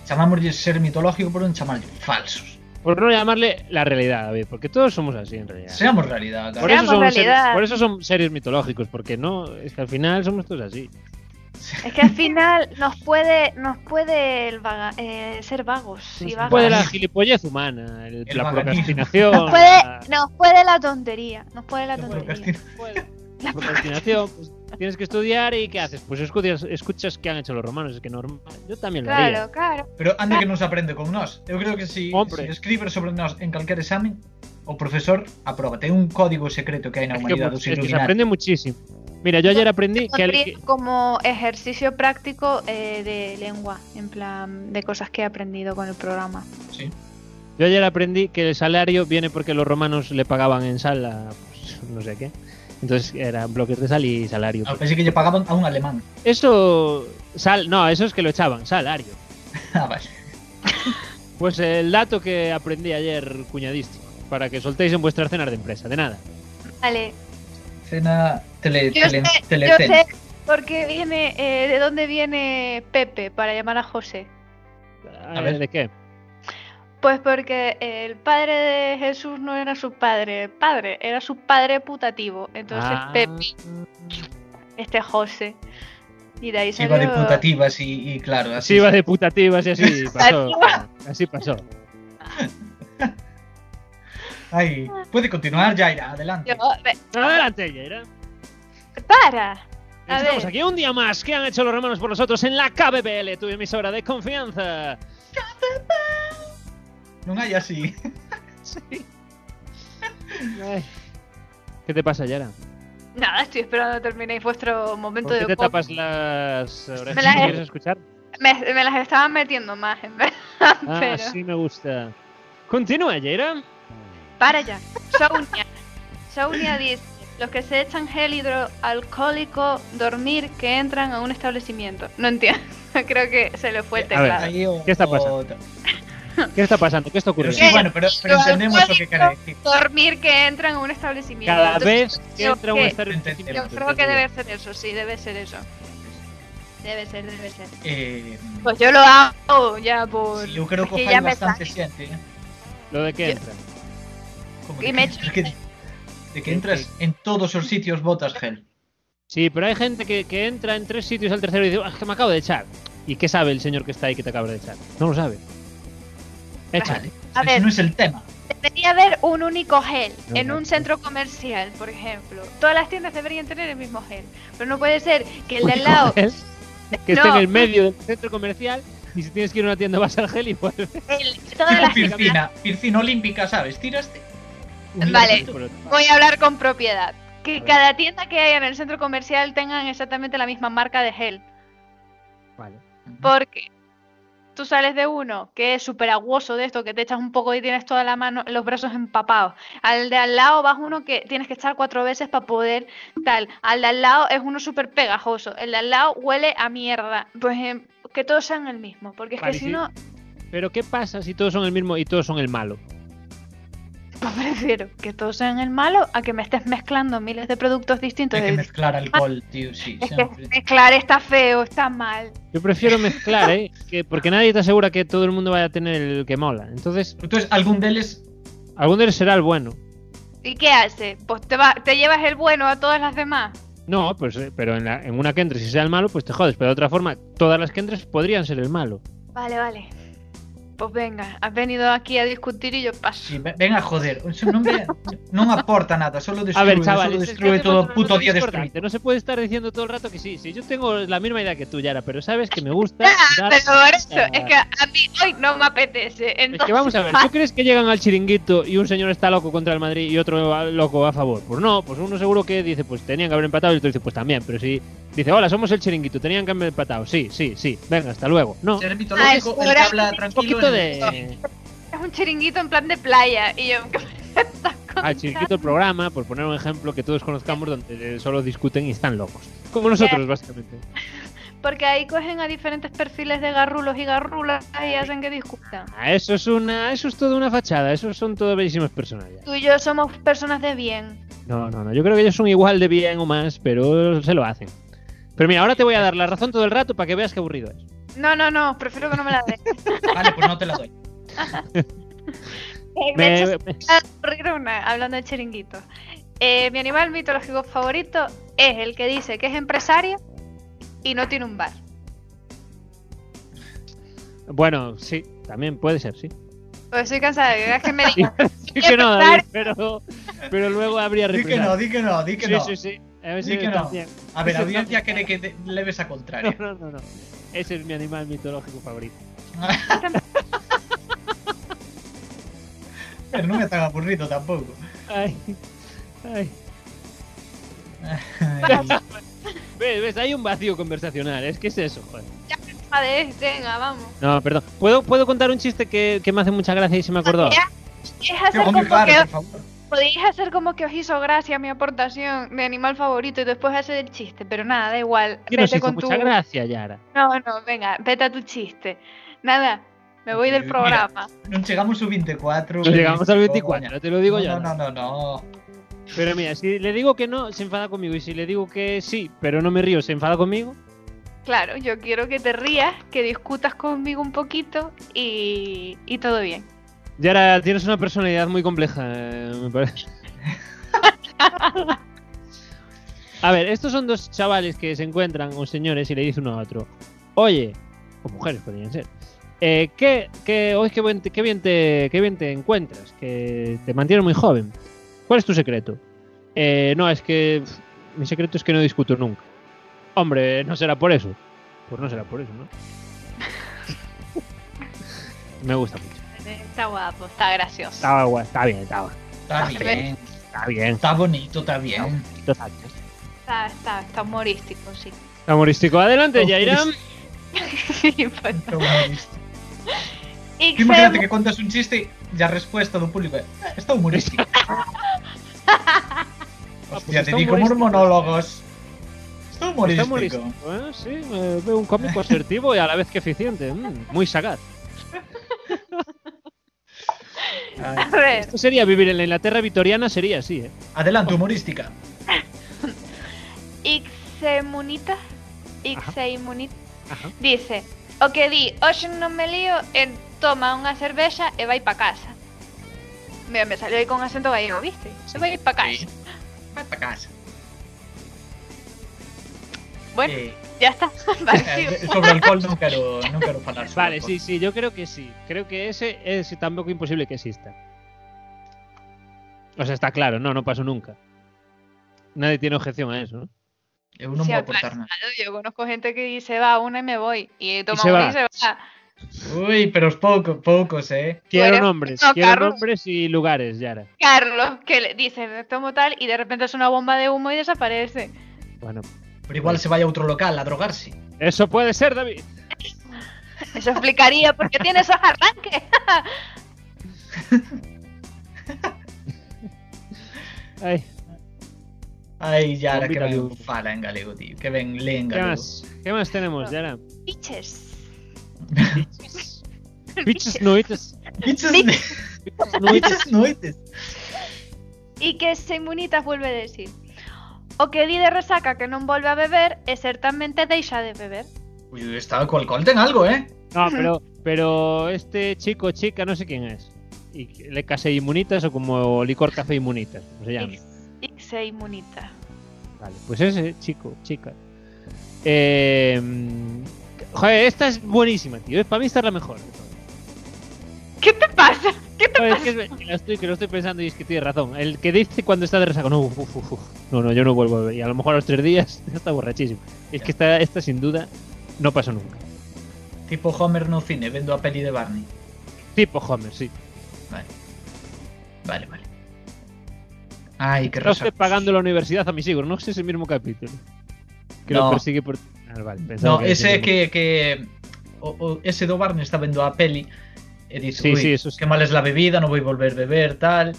Speaker 6: Llamamos de ser mitológico por un chamal de falsos.
Speaker 4: Por no llamarle la realidad, David, porque todos somos así en realidad.
Speaker 6: Seamos realidad,
Speaker 4: Por
Speaker 6: cabrón.
Speaker 4: eso,
Speaker 5: Seamos
Speaker 4: somos
Speaker 5: realidad.
Speaker 4: seres, por eso son seres mitológicos, porque no, es que al final somos todos así.
Speaker 5: Es que al final nos puede nos puede el vaga- eh, ser vagos y
Speaker 6: Nos
Speaker 5: vagas.
Speaker 4: Puede la gilipollez humana, el-
Speaker 6: El
Speaker 4: la
Speaker 6: vaganismo.
Speaker 4: procrastinación,
Speaker 5: Nos puede,
Speaker 4: la,
Speaker 5: nos puede la tontería, nos puede la
Speaker 6: No
Speaker 5: tontería.
Speaker 6: procrastina-
Speaker 4: la procrastinación. pues, tienes que estudiar y ¿qué haces? Pues escuchas, escuchas qué han hecho los romanos, es que normal. Yo también lo haría.
Speaker 5: Claro, claro.
Speaker 6: Pero anda que nos aprende con nos. Eu creo que si,
Speaker 4: Hombre.
Speaker 6: si escribes sobre nos en calquer examen, o profesor aproba. Ten un código secreto que hai na
Speaker 4: Es que,
Speaker 6: humanidade
Speaker 4: pues,
Speaker 6: dos
Speaker 4: es que se
Speaker 6: iluminados.
Speaker 4: aprende muchísimo. Mira, yo ayer aprendí que, al-
Speaker 5: Pondría
Speaker 4: que-
Speaker 5: como ejercicio práctico eh, de lengua, en plan de cosas que he aprendido con el programa.
Speaker 6: Sí.
Speaker 4: yo ayer aprendí que el salario viene porque los romanos le pagaban en sal a, pues, no sé qué. Entonces eran bloques de sal y salario.
Speaker 6: Ah, pensei que lle pagaban a un alemán.
Speaker 4: Eso sal, no, eso es que lo echaban, salario.
Speaker 6: Ah, vale.
Speaker 4: Pues el dato que aprendí ayer, cuñadístico, para que soltéis en vuestras cenas de empresa, de nada.
Speaker 5: Vale.
Speaker 6: Cena tele,
Speaker 5: Yo
Speaker 6: tele,
Speaker 5: sé, yo
Speaker 6: telecena.
Speaker 5: sé por qué viene, eh, de dónde viene Pepe para llamar a José.
Speaker 4: A
Speaker 6: ver.
Speaker 4: ver, ¿de qué?
Speaker 5: Pues porque el padre de Jesús no era su padre, padre, era su padre putativo. Entonces
Speaker 4: Ah.
Speaker 5: Pepe, este José. Y de ahí
Speaker 6: Iba
Speaker 5: salió...
Speaker 6: de putativas y, y claro,
Speaker 4: Así
Speaker 6: así.
Speaker 4: iba de putativas y así pasó. así pasó.
Speaker 6: Ay, puede continuar, Jaira, adelante.
Speaker 5: Yo- ve-
Speaker 4: Adelante, Jaira.
Speaker 5: ¡Para! A
Speaker 4: Estamos
Speaker 5: ver.
Speaker 4: aquí un día más. ¿Qué han hecho los romanos por nosotros en la KBBL, tu emisora de confianza?
Speaker 6: Non hai así.
Speaker 4: Ay. ¿Qué te pasa, Yara?
Speaker 5: Nada, estoy esperando que terminéis vuestro momento
Speaker 4: ¿Por qué
Speaker 5: de
Speaker 4: te
Speaker 5: cop-
Speaker 4: tapas las
Speaker 6: Me
Speaker 4: orejas?
Speaker 5: las-
Speaker 4: ¿Quieres escuchar?
Speaker 5: Me, me las estaban metiendo más, en verdad.
Speaker 4: Ah,
Speaker 5: Pero-
Speaker 4: sí, me gusta. Continúa, Jaira.
Speaker 5: Para ya. Saunia. Saunia dice, los que se echan gel hidroalcohólico, dormir, que entran a un establecimiento. No entiendo. Creo que se le fue el
Speaker 4: Eh, a ver,
Speaker 5: teclado.
Speaker 4: ¿Qué está pasando? ¿Qué está pasando? ¿Qué está
Speaker 6: Pero
Speaker 4: ocurriendo?
Speaker 5: Eh,
Speaker 6: sí, bueno, pero, pero entendemos o que quere decir.
Speaker 5: Dormir que entran a un establecimiento.
Speaker 4: Cada
Speaker 5: Entonces,
Speaker 4: vez que
Speaker 5: yo
Speaker 4: entra un
Speaker 5: que-
Speaker 4: establecimiento.
Speaker 5: Yo creo que debe ser eso, sí, debe ser eso. Debe ser, debe ser.
Speaker 6: Eh,
Speaker 5: Pues yo lo hago ya por...
Speaker 6: sí, eu creo que
Speaker 5: porque
Speaker 6: o
Speaker 5: ya
Speaker 6: fai
Speaker 5: me
Speaker 6: bastante xente. eh,
Speaker 4: Lo de que
Speaker 5: Yo-
Speaker 4: entra.
Speaker 6: Como
Speaker 5: Y
Speaker 6: de,
Speaker 5: me
Speaker 6: que, de, que, de que entras en todos os sitios botas gel.
Speaker 4: Sí, pero hay gente que, que entra en tres sitios al tercero y dice, "Ah, es que me acabo de echar. ¿Y qué sabe el señor que está ahí que te acaba de echar? No lo sabe. Échale.
Speaker 5: A
Speaker 6: Ese
Speaker 5: ver,
Speaker 6: non é el tema.
Speaker 5: Debería haber un único gel
Speaker 4: No,
Speaker 5: en
Speaker 4: no,
Speaker 5: un
Speaker 4: no.
Speaker 5: centro comercial, por ejemplo. Todas las tiendas deberían tener el mismo gel. Pero no puede ser que el de al lado,
Speaker 4: que esté en
Speaker 5: No.
Speaker 4: el medio del centro comercial y si tienes que ir a una tienda vas al gel y vuelves.
Speaker 5: el- todas
Speaker 6: Tipo
Speaker 5: las tiendas.
Speaker 6: piscina, piscina olímpica, sabes? Tiraste. un
Speaker 5: Vale.
Speaker 6: ladito.
Speaker 5: Voy a hablar con propiedad.
Speaker 4: A
Speaker 5: Que
Speaker 4: ver.
Speaker 5: cada tienda que haya en el centro comercial tengan exactamente la misma marca de gel.
Speaker 4: Vale.
Speaker 5: Porque tú sales de uno que es súper aguoso de esto, que te echas un poco y tienes toda la mano, los brazos empapados. Al de al lado vas uno que tienes que echar cuatro veces para poder tal. Al de al lado es uno súper pegajoso. El de al lado huele a mierda. Pues em, que todos sean el mismo. Porque es que si
Speaker 4: Parece-
Speaker 5: no,
Speaker 4: Pero ¿qué pasa si todos son el mismo y todos son el malo?
Speaker 5: pues prefiero que todos sean el malo a que me estés mezclando miles de productos distintos.
Speaker 6: Hai que
Speaker 5: de-
Speaker 6: mezclar alcohol, tío, sí,
Speaker 5: Es que
Speaker 6: sempre.
Speaker 5: mezclar está feo, está mal.
Speaker 4: Yo prefiero mezclar, ¿eh? Que, porque nadie te asegura que todo el mundo vaya a tener el que mola. Entonces,
Speaker 6: Entonces, algún deles
Speaker 4: algún de ellos será el bueno.
Speaker 5: ¿Y qué hace? Pues te, va, te llevas el bueno a todas las demás.
Speaker 4: No, pues, eh, pero en, la- en una que entres y sea el malo, pues te jodes. Pero de otra forma, todas las que entres podrían ser el malo.
Speaker 5: Vale, vale. Pues venga, has venido aquí a discutir y yo paso.
Speaker 6: Sí, ve- ven a joder. O sea, non, ve- non aporta nada, solo destrue,
Speaker 4: A ver, chavales,
Speaker 6: solo
Speaker 4: es que
Speaker 6: destrue
Speaker 4: hacemos
Speaker 6: todo o
Speaker 4: otro
Speaker 6: puto
Speaker 4: rato
Speaker 6: día
Speaker 4: discordante.
Speaker 6: destrue.
Speaker 4: No se puede estar diciendo todo el rato que sí. Sí, yo tengo la misma idea que tú, Yara, pero sabes que me gusta.
Speaker 5: Ya,
Speaker 4: dar-
Speaker 5: Ah, pero por eso,
Speaker 4: dar-
Speaker 5: es que a mí hoy no me apetece.
Speaker 4: Es
Speaker 5: Entonces,
Speaker 4: que vamos a ver, ¿tú crees que llegan al chiringuito y un señor está loco contra el Madrid y otro va- loco va a favor? Pues no, pues uno seguro que dice, pues tenían que haber empatado y otro dice, pues también, pero si dice, hola, somos el chiringuito, tenían que haber empatado, sí, sí, sí, venga, hasta luego. No,
Speaker 6: Ser mitológico,
Speaker 5: Ah,
Speaker 6: el que
Speaker 5: ahora
Speaker 6: habla
Speaker 5: un
Speaker 4: un
Speaker 6: tranquilo.
Speaker 4: poquito
Speaker 6: en el-
Speaker 4: de...
Speaker 5: es un chiringuito en plan de playa. Y yo, ¿qué me estás
Speaker 4: al circuito del programa, por poner un ejemplo que todos conozcamos, donde eh, solo discuten y están locos. Como nosotros, básicamente.
Speaker 5: Porque ahí cogen a diferentes perfiles de garrulos y garrulas y hacen que discutan.
Speaker 4: Ah, Eso es una, eso es toda una fachada, esos son todo bellísimas personas ya.
Speaker 5: Tú y yo somos personas de bien.
Speaker 4: No, no, no. Yo creo que ellos son igual de bien o más, pero se lo hacen. Pero mira, ahora te voy a dar la razón todo el rato para que veas qué aburrido es.
Speaker 5: No, no, no, prefiero que no me la des.
Speaker 6: Vale, pues no te la doy.
Speaker 5: Eh, de hecho,
Speaker 4: Me- me-
Speaker 5: Ah, ocurrir una, hablando de chiringuito. Eh, mi animal mitológico favorito es el que dice que es empresario y no tiene un bar.
Speaker 4: Bueno, sí, también puede ser, sí.
Speaker 5: Pues soy cansada de que veas que me digan.
Speaker 4: Sí que no, David, pero, pero luego habría
Speaker 6: Di que no,
Speaker 4: reprimenda.
Speaker 6: di que no, di que no.
Speaker 4: Sí, sí, sí. A ver
Speaker 6: Di
Speaker 4: si
Speaker 6: que no.
Speaker 4: también.
Speaker 6: A ver, la
Speaker 4: Ese
Speaker 6: audiencia
Speaker 4: también.
Speaker 6: quiere que te- le ves a
Speaker 4: No,
Speaker 6: contrario.
Speaker 4: no, no, no. Ese es mi animal mitológico favorito.
Speaker 6: Pero no me tan aburrido tampoco.
Speaker 4: Ay, ay.
Speaker 6: Ay,
Speaker 4: ¿Ves, ves? Hay un vacío conversacional. Es que es eso, joder.
Speaker 5: Joder, este, venga, vamos.
Speaker 4: No, perdón. ¿Puedo, ¿puedo contar un chiste que, que me hace mucha gracia y se me acordó?
Speaker 5: Ya, Es hacer
Speaker 6: Qué
Speaker 5: como
Speaker 6: hombre, claro,
Speaker 5: que
Speaker 6: por favor.
Speaker 5: podéis hacer como que os hizo gracia mi aportación, mi animal favorito, y después hacer el chiste, pero nada, da igual.
Speaker 4: Que nos
Speaker 5: Vete
Speaker 4: hizo
Speaker 5: con tu.
Speaker 4: mucha gracia, Yara.
Speaker 5: No, no, venga, vete a tu chiste. Nada, me voy del
Speaker 6: Mira,
Speaker 5: programa.
Speaker 6: No llegamos al 24.
Speaker 4: Nos llegamos al 24,
Speaker 6: coña.
Speaker 4: te lo digo
Speaker 6: no,
Speaker 4: ya.
Speaker 6: No, no, no, no.
Speaker 4: Pero mira, si le digo que no, se enfada conmigo. Y si le digo que sí, pero no me río, se enfada conmigo.
Speaker 5: Claro, yo quiero que te rías, que discutas conmigo un poquito y, y todo bien.
Speaker 4: Yara, tienes una personalidad muy compleja, eh, me parece. A ver, estos son dos chavales que se encuentran, o señores, y le dice uno a otro, oye, o mujeres podrían ser, eh, ¿qué, qué, hoy qué, buen te- qué bien te, qué bien te encuentras, que te mantienes muy joven. ¿Cuál es tu secreto? "Eh, no, es que pf, mi secreto es que no discuto nunca. Hombre, no será por eso. Pues no será por eso, ¿no? me gusta mucho.
Speaker 5: Está guapo, está gracioso.
Speaker 4: Estaba guay, está bien, estaba. Ah,
Speaker 6: Está bien.
Speaker 4: Está bien.
Speaker 6: Está bonito, está bien.
Speaker 4: Está,
Speaker 5: Está, está, está humorístico, sí.
Speaker 4: humorístico. Adelante,
Speaker 6: Oh,
Speaker 4: Yaira.
Speaker 5: Pues,
Speaker 6: Está humorista.
Speaker 5: y
Speaker 6: Tú Imagínate
Speaker 5: se-
Speaker 6: que contas un chiste y la respuesta del público es: "Ah, Está humorístico.
Speaker 4: pues
Speaker 6: Hostia,
Speaker 4: está
Speaker 6: te dedico unos
Speaker 4: humorístico.
Speaker 6: monólogos. Está
Speaker 4: Está
Speaker 6: humorístico.
Speaker 4: humorístico, ¿eh? Sí, eh, veo un cómico asertivo y a la vez que eficiente. Mm, muy sagaz.
Speaker 6: Ay.
Speaker 5: A ver,
Speaker 4: Esto sería vivir en la Inglaterra victoriana, sería así, ¿eh?
Speaker 6: Adelante, humorística.
Speaker 5: Ixemunita,
Speaker 4: Ajá.
Speaker 5: Ixeimunita,
Speaker 4: Ajá.
Speaker 5: dice, o que di, hoxe non me lío, e toma unha cervexa e vai pa casa. Mira, me salió aí con acento gallego, viste? Se vai pa casa.
Speaker 6: Sí. Vai pa casa.
Speaker 5: Bueno,
Speaker 6: Eh,
Speaker 5: ya está. Vale,
Speaker 6: eh,
Speaker 5: sigo.
Speaker 6: sobre alcohol no quiero, no quiero hablar. sobre
Speaker 4: Vale,
Speaker 6: alcohol.
Speaker 4: sí, sí, yo creo que sí. Creo que ese es tampoco imposible que exista. O sea, está claro, no, no pasó nunca. Nadie tiene objeción a eso, ¿no?
Speaker 6: Eu non
Speaker 5: Sí,
Speaker 6: vou
Speaker 5: al
Speaker 6: aportar nada.
Speaker 5: Yo conozco gente que dice, va, una y me voy. Y toma
Speaker 4: se
Speaker 5: una
Speaker 4: va.
Speaker 5: y se va.
Speaker 6: Ui, pero os poucos, poucos, eh.
Speaker 4: Quiero
Speaker 5: eres-
Speaker 4: nombres,
Speaker 5: no,
Speaker 4: quiero
Speaker 5: Carlos.
Speaker 4: nombres y lugares, Yara.
Speaker 5: Carlos, que le dice, "Me tomo tal, y de repente es una bomba de humo y desaparece.
Speaker 4: Bueno,
Speaker 6: Pero igual se vai a outro local a drogarse.
Speaker 4: eso puede ser, David.
Speaker 5: Eso explicaría por qué tiene esos arranques.
Speaker 4: Ay,
Speaker 6: Ai, Yara, que
Speaker 4: Bombita de
Speaker 6: ben
Speaker 4: humo.
Speaker 6: fala en galego, tío. Que ben lee en
Speaker 4: ¿qué
Speaker 6: galego.
Speaker 4: más? ¿Qué más
Speaker 5: Ah.
Speaker 4: tenemos, Yara?
Speaker 5: Piches.
Speaker 4: Bichos noites.
Speaker 6: Bichos
Speaker 5: Sí.
Speaker 6: ne-
Speaker 4: Bichos noites.
Speaker 6: Bichos noites.
Speaker 5: Y que Seimunitas vuelve a decir, o que di de resaca que non volve a beber e certamente deixa de beber.
Speaker 6: Ui, ui, está co alcohol ten algo, eh.
Speaker 4: No, pero, pero este chico, chica, no sé quién es. Y que- le case inmunitas o como licor café inmunitas, como se llama.
Speaker 5: Y Seimunita.
Speaker 4: Vale, pues ese chico, chica. Eh, joder, esta es buenísima, tío. Para mí esta es la mejor.
Speaker 5: ¿Qué te pasa? ¿Qué te
Speaker 4: No, es que, es- que la estoy, que lo estoy pensando y es que tiene razón. El que dice cuando está de resaca, no, uf, uf, uf, no, no, yo no vuelvo a beber. Y a lo mejor a los tres días ya está borrachísimo. Es que esta, esta sin duda no pasó nunca.
Speaker 6: Tipo Homer no cine, vendo a peli de Barney.
Speaker 4: Tipo Homer, sí.
Speaker 6: Vale. Vale, vale. Ai, que
Speaker 4: No estoy
Speaker 6: resaca.
Speaker 4: pagando la universidad a mis hijos, no sé es el mismo capítulo. Que lo
Speaker 6: No.
Speaker 4: persigue por. Ah, vale, pensaba
Speaker 6: No, ese
Speaker 4: era
Speaker 6: é que que o, o ese do Barney está vendo a peli e dice,
Speaker 4: Sí,
Speaker 6: "Ui,
Speaker 4: sí, eso sí.
Speaker 6: que mal es la bebida, non vou volver a beber, tal."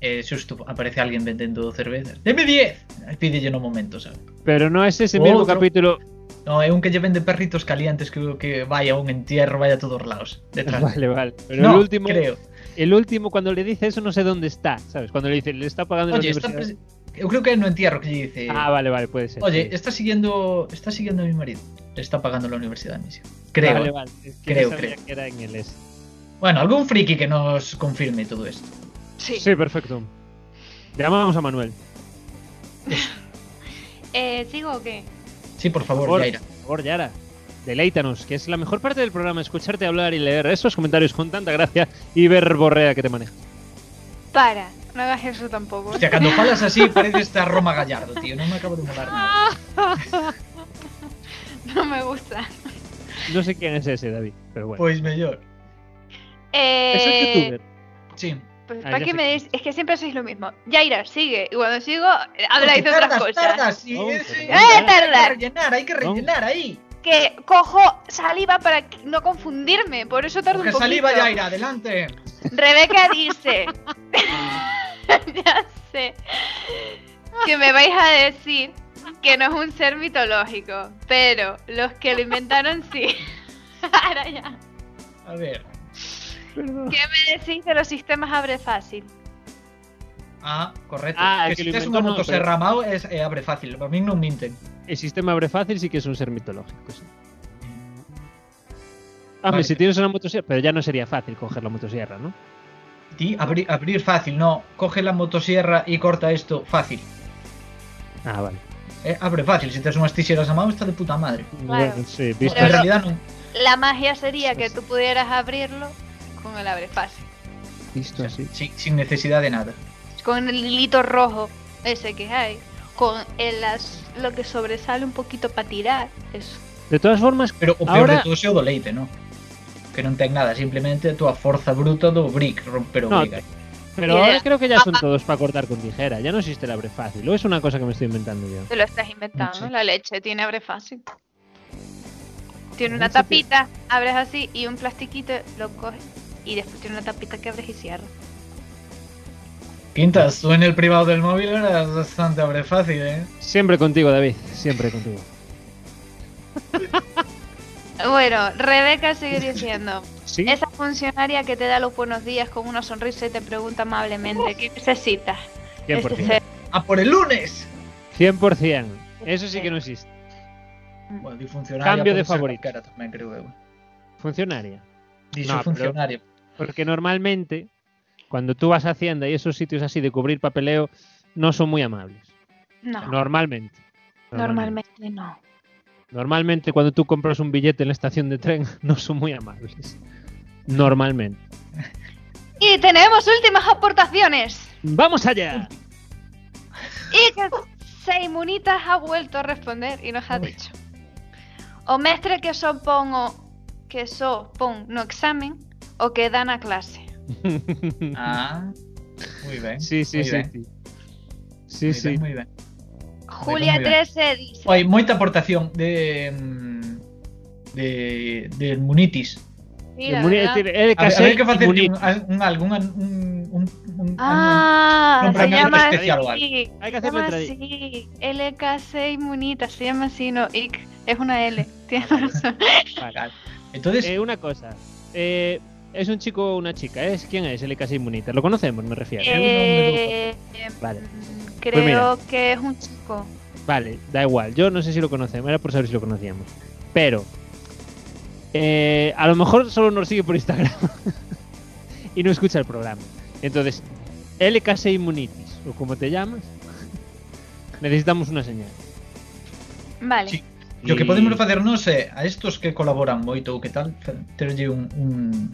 Speaker 6: eh, susto, aparece alguén vendendo cervezas. Deme 10! E pídelle no momento, sabe?
Speaker 4: Pero no es ese
Speaker 6: O
Speaker 4: mismo
Speaker 6: outro.
Speaker 4: capítulo.
Speaker 6: No, é un que lle vende perritos calientes que, que vai a un entierro, vai a todos lados. Detrás.
Speaker 4: Vale, vale. Pero
Speaker 6: no,
Speaker 4: el último,
Speaker 6: creo.
Speaker 4: el último cuando le dice eso no sé dónde está, ¿sabes? Cuando le dice, le está pagando la
Speaker 6: Oye, está
Speaker 4: universidad.
Speaker 6: pres- eu creo que é no entierro que lle dice...
Speaker 4: Ah, vale, vale, puede ser.
Speaker 6: Oye,
Speaker 4: sí.
Speaker 6: está siguiendo, está siguiendo a mi marido. Le está pagando la universidad de misión. Creo.
Speaker 4: Vale, vale. Es que
Speaker 6: creo,
Speaker 4: yo sabía
Speaker 6: creo.
Speaker 4: que era en el este.
Speaker 6: Bueno, algún friki que nos confirme todo esto.
Speaker 5: Sí.
Speaker 4: Sí, perfecto. Llamamos a Manuel.
Speaker 5: Eh, ¿Sigo o qué?
Speaker 6: Sí, por favor,
Speaker 4: Por-
Speaker 6: Yaira.
Speaker 4: Por favor, Yara, deleítanos, que es la mejor parte del programa, escucharte hablar y leer esos comentarios con tanta gracia y ver borrea que te maneja.
Speaker 5: Para. No hagas eso tampoco.
Speaker 6: Hostia, cuando falas así parece estar Roma Gallardo, tío. No me acabo de molar nada.
Speaker 5: Ah. No me gusta.
Speaker 4: No sé quién es ese, David, pero bueno.
Speaker 6: Pois mellor.
Speaker 4: es un
Speaker 5: Pues, Eh,
Speaker 4: youtuber.
Speaker 6: Sí.
Speaker 5: Pues,
Speaker 4: Ah,
Speaker 5: ¿para
Speaker 4: ya
Speaker 5: qué
Speaker 4: sé.
Speaker 5: me des? Es que siempre hacéis lo mismo. Yaira, sigue. Y cuando sigo, eh, habláis de
Speaker 6: Porque
Speaker 5: otras
Speaker 6: tardas,
Speaker 5: cosas.
Speaker 6: Tardas, y
Speaker 4: Oh,
Speaker 6: ese-
Speaker 4: perdón.
Speaker 5: ¡Eh,
Speaker 6: Hay que
Speaker 5: tarda!
Speaker 6: rellenar, hay que rellenar ahí.
Speaker 5: Que cojo saliva para que- no confundirme. Por eso tardo
Speaker 6: Porque
Speaker 5: un poquito.
Speaker 6: saliva, Yaira, adelante.
Speaker 5: Rebeca dice. ya sé. Que me vais a decir que no es un ser mitológico. Pero los que lo inventaron sí. Ahora ya.
Speaker 6: A ver.
Speaker 4: Perdón.
Speaker 5: ¿Qué me decís de los sistemas abre fácil?
Speaker 6: Ah, correcto.
Speaker 4: Ah,
Speaker 6: que
Speaker 4: que
Speaker 6: si
Speaker 4: lo
Speaker 6: tes
Speaker 4: inventó, no,
Speaker 6: unha motoserra no, mau, es, eh, abre fácil. A mí non minten.
Speaker 4: El sistema abre fácil sí que es un ser mitológico. sí. Ah,
Speaker 6: Vale.
Speaker 4: si tienes una motosierra, pero ya no sería fácil coger la motosierra, ¿no?
Speaker 6: Ti, abri- abrir fácil, no. Coge la motosierra y corta esto fácil.
Speaker 4: Ah, vale.
Speaker 6: Eh, abre fácil, se tes unhas tixeras a mão está de puta madre.
Speaker 5: Claro.
Speaker 4: Bueno, sí,
Speaker 6: Pero
Speaker 4: visto.
Speaker 6: en
Speaker 5: Pero-
Speaker 6: realidad non.
Speaker 5: La magia sería
Speaker 4: Sí,
Speaker 5: que
Speaker 4: sí.
Speaker 5: tú pudieras abrirlo con el abre fácil.
Speaker 4: visto así.
Speaker 6: Sin, sin necesidad de nada.
Speaker 5: Con el hilito rojo ese que hay. Con el as- lo que sobresale un poquito para tirar. Eso.
Speaker 4: De todas formas,
Speaker 6: Pero o peor
Speaker 4: Ahora-
Speaker 6: de todo é o do leite, non? Que non ten nada, simplemente a túa forza bruta do brick romper o
Speaker 4: No,
Speaker 6: brick.
Speaker 4: pero
Speaker 5: Idea.
Speaker 4: ahora creo que ya son todos para cortar con tijera. Ya no existe el abre fácil. O es una cosa que me estoy inventando yo.
Speaker 5: Te lo estás inventando.
Speaker 6: Sí.
Speaker 5: La leche tiene abre fácil. Tiene una
Speaker 4: No sé qué-
Speaker 5: tapita, abres así y un plastiquito lo coges. Y después tiene una tapita que abres y cierras.
Speaker 6: Quintas, tú en el privado del móvil eras bastante abre fácil, eh.
Speaker 4: Siempre contigo, David. Siempre contigo.
Speaker 5: Bueno, Rebeca sigue diciendo.
Speaker 4: Sí.
Speaker 5: Esa funcionaria que te da los buenos días con una sonrisa y te pregunta amablemente ¿qué necesitas? Este
Speaker 4: 100%.
Speaker 5: ser.
Speaker 6: ¡A por el lunes!
Speaker 4: 100%. Eso sí que no existe.
Speaker 6: Bueno, di funcionaria
Speaker 4: Cambio
Speaker 6: pode
Speaker 4: de
Speaker 6: ser
Speaker 4: favorito.
Speaker 6: calquera tamén, creo eu.
Speaker 4: Funcionaria.
Speaker 6: Dixo
Speaker 4: No, pero-
Speaker 6: funcionaria.
Speaker 4: Porque normalmente, cuando tú vas a Hacienda y esos sitios así de cubrir papeleo, no son muy amables.
Speaker 5: No,
Speaker 4: Normalmente.
Speaker 5: normalmente no.
Speaker 4: Normalmente, cuando tú compras un billete en la estación de tren, no son muy amables. Normalmente.
Speaker 5: Y tenemos últimas aportaciones.
Speaker 4: ¡Vamos allá!
Speaker 5: Y que Seimunitas ha vuelto a responder y nos ha
Speaker 6: Uy.
Speaker 5: dicho. O mestre que son pon o que so pon no examen o que dan a clase.
Speaker 6: Ah, moi ben.
Speaker 4: sí, sí,
Speaker 6: moi
Speaker 4: sí.
Speaker 6: ben,
Speaker 4: sí.
Speaker 6: moi
Speaker 4: Sí, sí.
Speaker 6: Ben, moi ben.
Speaker 5: Julia
Speaker 6: muy bien.
Speaker 5: 13 dice,
Speaker 6: Oi, moita aportación de mm, de de Munitis.
Speaker 5: "Sí, la
Speaker 4: Muni-
Speaker 5: verdad".
Speaker 4: decir, el
Speaker 6: A ver,
Speaker 4: casé
Speaker 6: habría que facer
Speaker 4: Muni-
Speaker 6: un, un algún un un, un,
Speaker 5: Ah, se
Speaker 6: nombramiento
Speaker 5: llama
Speaker 6: especial o
Speaker 5: así.
Speaker 4: Hay que
Speaker 5: Se
Speaker 4: hacer
Speaker 5: llama
Speaker 4: la tradi-
Speaker 5: así. LKC inmunita, se llama así, no, ic, es una
Speaker 6: Ah,
Speaker 5: L. Tiene
Speaker 4: Vale.
Speaker 5: razón.
Speaker 4: Vale.
Speaker 6: Claro. Entonces,
Speaker 4: Eh, una cosa. Eh, es un chico o una chica, ¿es? ¿Quién es el casi inmunita? Lo conocemos, me refiero.
Speaker 6: Eh,
Speaker 5: Eh,
Speaker 4: Vale.
Speaker 5: mm,
Speaker 4: Pues
Speaker 5: Creo
Speaker 4: mira.
Speaker 5: que es un chico.
Speaker 4: Vale, da igual. Yo no sé si lo conocemos, era por saber si lo conocíamos. Pero, eh, a lo mejor solo nos sigue por Instagram y no escucha el programa. Entonces, LKC Immunitis, o como te llamas, necesitamos una señal.
Speaker 5: Vale.
Speaker 6: Sí. Lo que
Speaker 4: Y-
Speaker 6: podemos facer nós é a estos que colaboran moito ou que tal, fa- terlle un, un,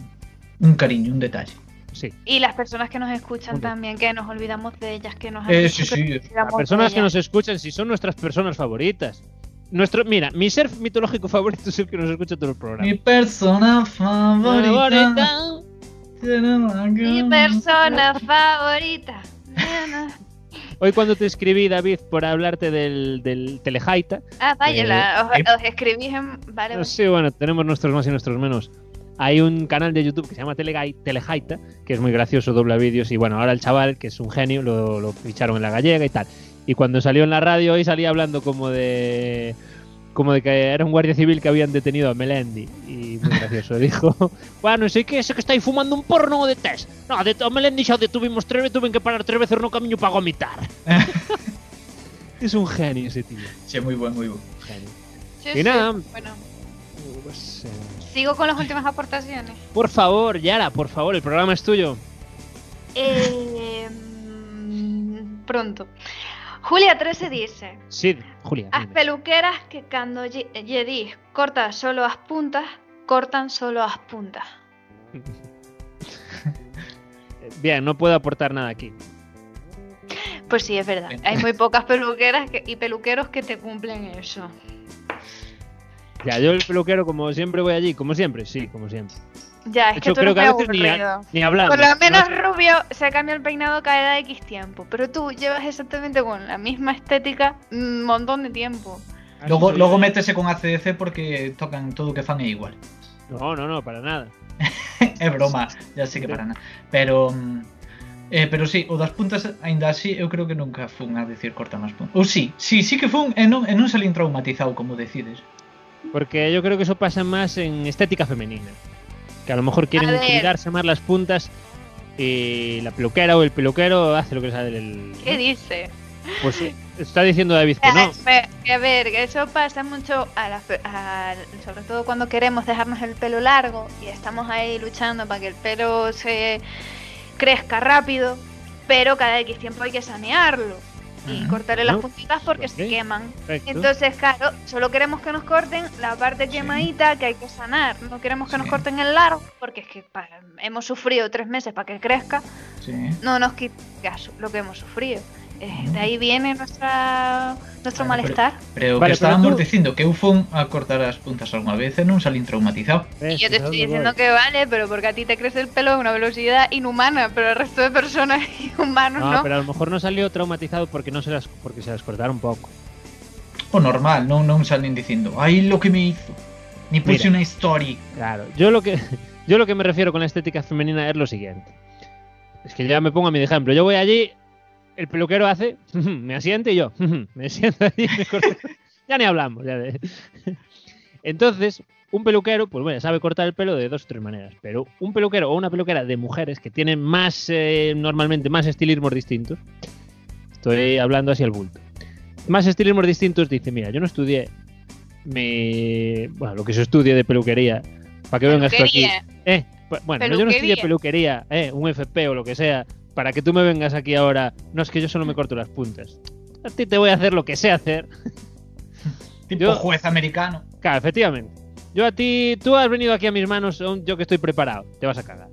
Speaker 6: un cariño, un detalle.
Speaker 4: Sí.
Speaker 5: Y las personas que nos escuchan
Speaker 4: Muy bien.
Speaker 5: también, que nos olvidamos de ellas, que nos han
Speaker 6: Eh,
Speaker 5: dicho que
Speaker 6: sí, sí.
Speaker 5: nos
Speaker 4: Las
Speaker 5: olvidamos
Speaker 4: personas
Speaker 5: de
Speaker 4: que
Speaker 5: ellas.
Speaker 4: nos escuchan, si son nuestras personas favoritas. Nuestro, mira, mi ser mitológico favorito es el que nos escucha todo el programa.
Speaker 6: Mi persona favorita.
Speaker 5: Mi persona favorita.
Speaker 4: Hoy cuando te escribí, David, por hablarte del, del Telejaita,
Speaker 5: Ah, vaya,
Speaker 4: Eh, pues,
Speaker 5: la- os,
Speaker 6: eh.
Speaker 5: os escribís en... Vale,
Speaker 4: no
Speaker 5: vale.
Speaker 4: sé, bueno, tenemos nuestros más y nuestros menos. hay un canal de YouTube que se llama Telegai- Telejaita, que es muy gracioso, dobla vídeos y bueno, ahora el chaval, que es un genio, lo, lo ficharon en la gallega y tal. Y cuando salió en la radio hoy salía hablando como de como de que era un guardia civil que habían detenido a Melendi y muy gracioso dijo bueno sé que sé que estáis fumando un porno de test no de a Melendi xa o detuvimos tres veces tuve que parar tres veces no camino para vomitar es un genio ese tío
Speaker 6: Sí, muy bueno, muy bueno.
Speaker 4: un genio
Speaker 5: Sí,
Speaker 4: Y
Speaker 5: sí,
Speaker 4: nada.
Speaker 5: Bueno,
Speaker 4: Pues, eh,
Speaker 5: sigo con las últimas aportaciones.
Speaker 4: por favor Yara por favor el programa es tuyo
Speaker 5: Eh, mm, pronto. Julia 13 dice:
Speaker 4: sí Julia
Speaker 5: Las
Speaker 4: dime.
Speaker 5: peluqueras que cuando Ye- Jedi corta solo las puntas, cortan solo las puntas.
Speaker 4: Eh, bien no puedo aportar nada aquí
Speaker 5: Pues sí, es verdad. Hay muy pocas peluqueras que- y peluqueros que te cumplen eso.
Speaker 4: ya yo el peluquero como siempre voy allí como siempre sí como siempre
Speaker 5: Ya,
Speaker 4: de
Speaker 5: es
Speaker 4: hecho
Speaker 5: que tú eres
Speaker 4: creo que
Speaker 5: muy
Speaker 4: a veces ni,
Speaker 5: aburrido.
Speaker 4: ha- ni hablamos
Speaker 5: Por lo menos
Speaker 4: No-
Speaker 5: Rubio se cambia el peinado cada X tiempo, pero tú llevas exactamente con la misma estética un montón de tiempo.
Speaker 6: Luego, luego métese con ACDC porque tocan todo que fan es igual.
Speaker 4: no no no para nada
Speaker 6: é broma, ya sé que para nada. Pero mm, eh, pero sí, o das puntas aínda así eu creo que nunca fun a decir corta más puntas. Ou sí, sí, sí que fun e non, e non salín traumatizado como decides.
Speaker 4: Porque yo creo que eso pasa más en estética femenina. Que a lo mejor
Speaker 5: A
Speaker 4: quieren
Speaker 5: ver.
Speaker 4: cuidarse más las puntas y la peluquera o el peluquero hace lo que sale del.
Speaker 5: ¿Qué dice?
Speaker 4: Pues sí, está diciendo David que no.
Speaker 5: Eh, eh, A ver, que eso pasa mucho, a las pe- a- sobre todo cuando queremos dejarnos el pelo largo y estamos ahí luchando para que el pelo se crezca rápido, pero cada X tiempo hay que sanearlo y
Speaker 6: Ujú.
Speaker 5: cortarle las
Speaker 4: No,
Speaker 5: puntitas porque se
Speaker 4: ok.
Speaker 5: queman.
Speaker 4: Perfecto.
Speaker 5: Entonces, claro, solo queremos que nos corten la parte quemadita que hay que sanar. No queremos que nos
Speaker 6: Sí.
Speaker 5: corten el largo porque es que para- hemos sufrido tres meses para que crezca.
Speaker 6: Sí.
Speaker 5: No nos quitas lo que hemos sufrido. Eh,
Speaker 6: Ujú.
Speaker 5: de ahí viene nuestra, nuestro
Speaker 6: Bueno, pero-
Speaker 5: malestar.
Speaker 6: Pero
Speaker 4: Vale, pero
Speaker 6: o que estábamos
Speaker 4: tú-
Speaker 6: dicindo que eu fun a cortar as puntas algunha vez e non salín traumatizado.
Speaker 4: ¿Ves?
Speaker 5: Y yo
Speaker 4: Es
Speaker 5: te
Speaker 4: a donde
Speaker 5: estoy diciendo
Speaker 4: voy.
Speaker 5: que vale, pero porque a ti te crece el pelo a una velocidad inhumana, pero al resto de personas humanos
Speaker 4: No,
Speaker 5: no.
Speaker 4: Ah, pero a lo mejor no salió traumatizado porque no se las porque se las cortaron poco.
Speaker 6: O normal, non non salín dicindo, ai lo que me hizo. Ni puse
Speaker 4: Mira.
Speaker 6: unha story.
Speaker 4: Claro. Yo lo que yo lo que me refiero con la estética femenina es lo siguiente. Es que ya me pongo a mi de ejemplo. Yo voy allí, el peluquero hace, me asiente y yo, me siento allí, me corto. ya ni hablamos. ya de- Entonces, un peluquero, pues bueno, sabe cortar el pelo de dos o tres maneras, pero un peluquero o una peluquera de mujeres que tienen más, eh, normalmente, más estilismos distintos, estoy hablando hacia el bulto, más estilismos distintos, dice, mira, yo no estudié mi, bueno, lo que se estudie de peluquería, para que vengas tú aquí.
Speaker 5: Peluquería.
Speaker 4: Eh, pa- bueno, yo no estudié peluquería, eh, un FP o lo que sea, para que tú me vengas aquí ahora, no es que yo solo
Speaker 5: Mm.
Speaker 4: me corto las puntas. A ti te voy a hacer lo que sé hacer,
Speaker 6: Tipo
Speaker 4: Yo-
Speaker 6: juez americano.
Speaker 4: Claro, efectivamente. Yo a ti, tú has venido aquí a mis manos, aún yo que estoy preparado, te vas a cagar.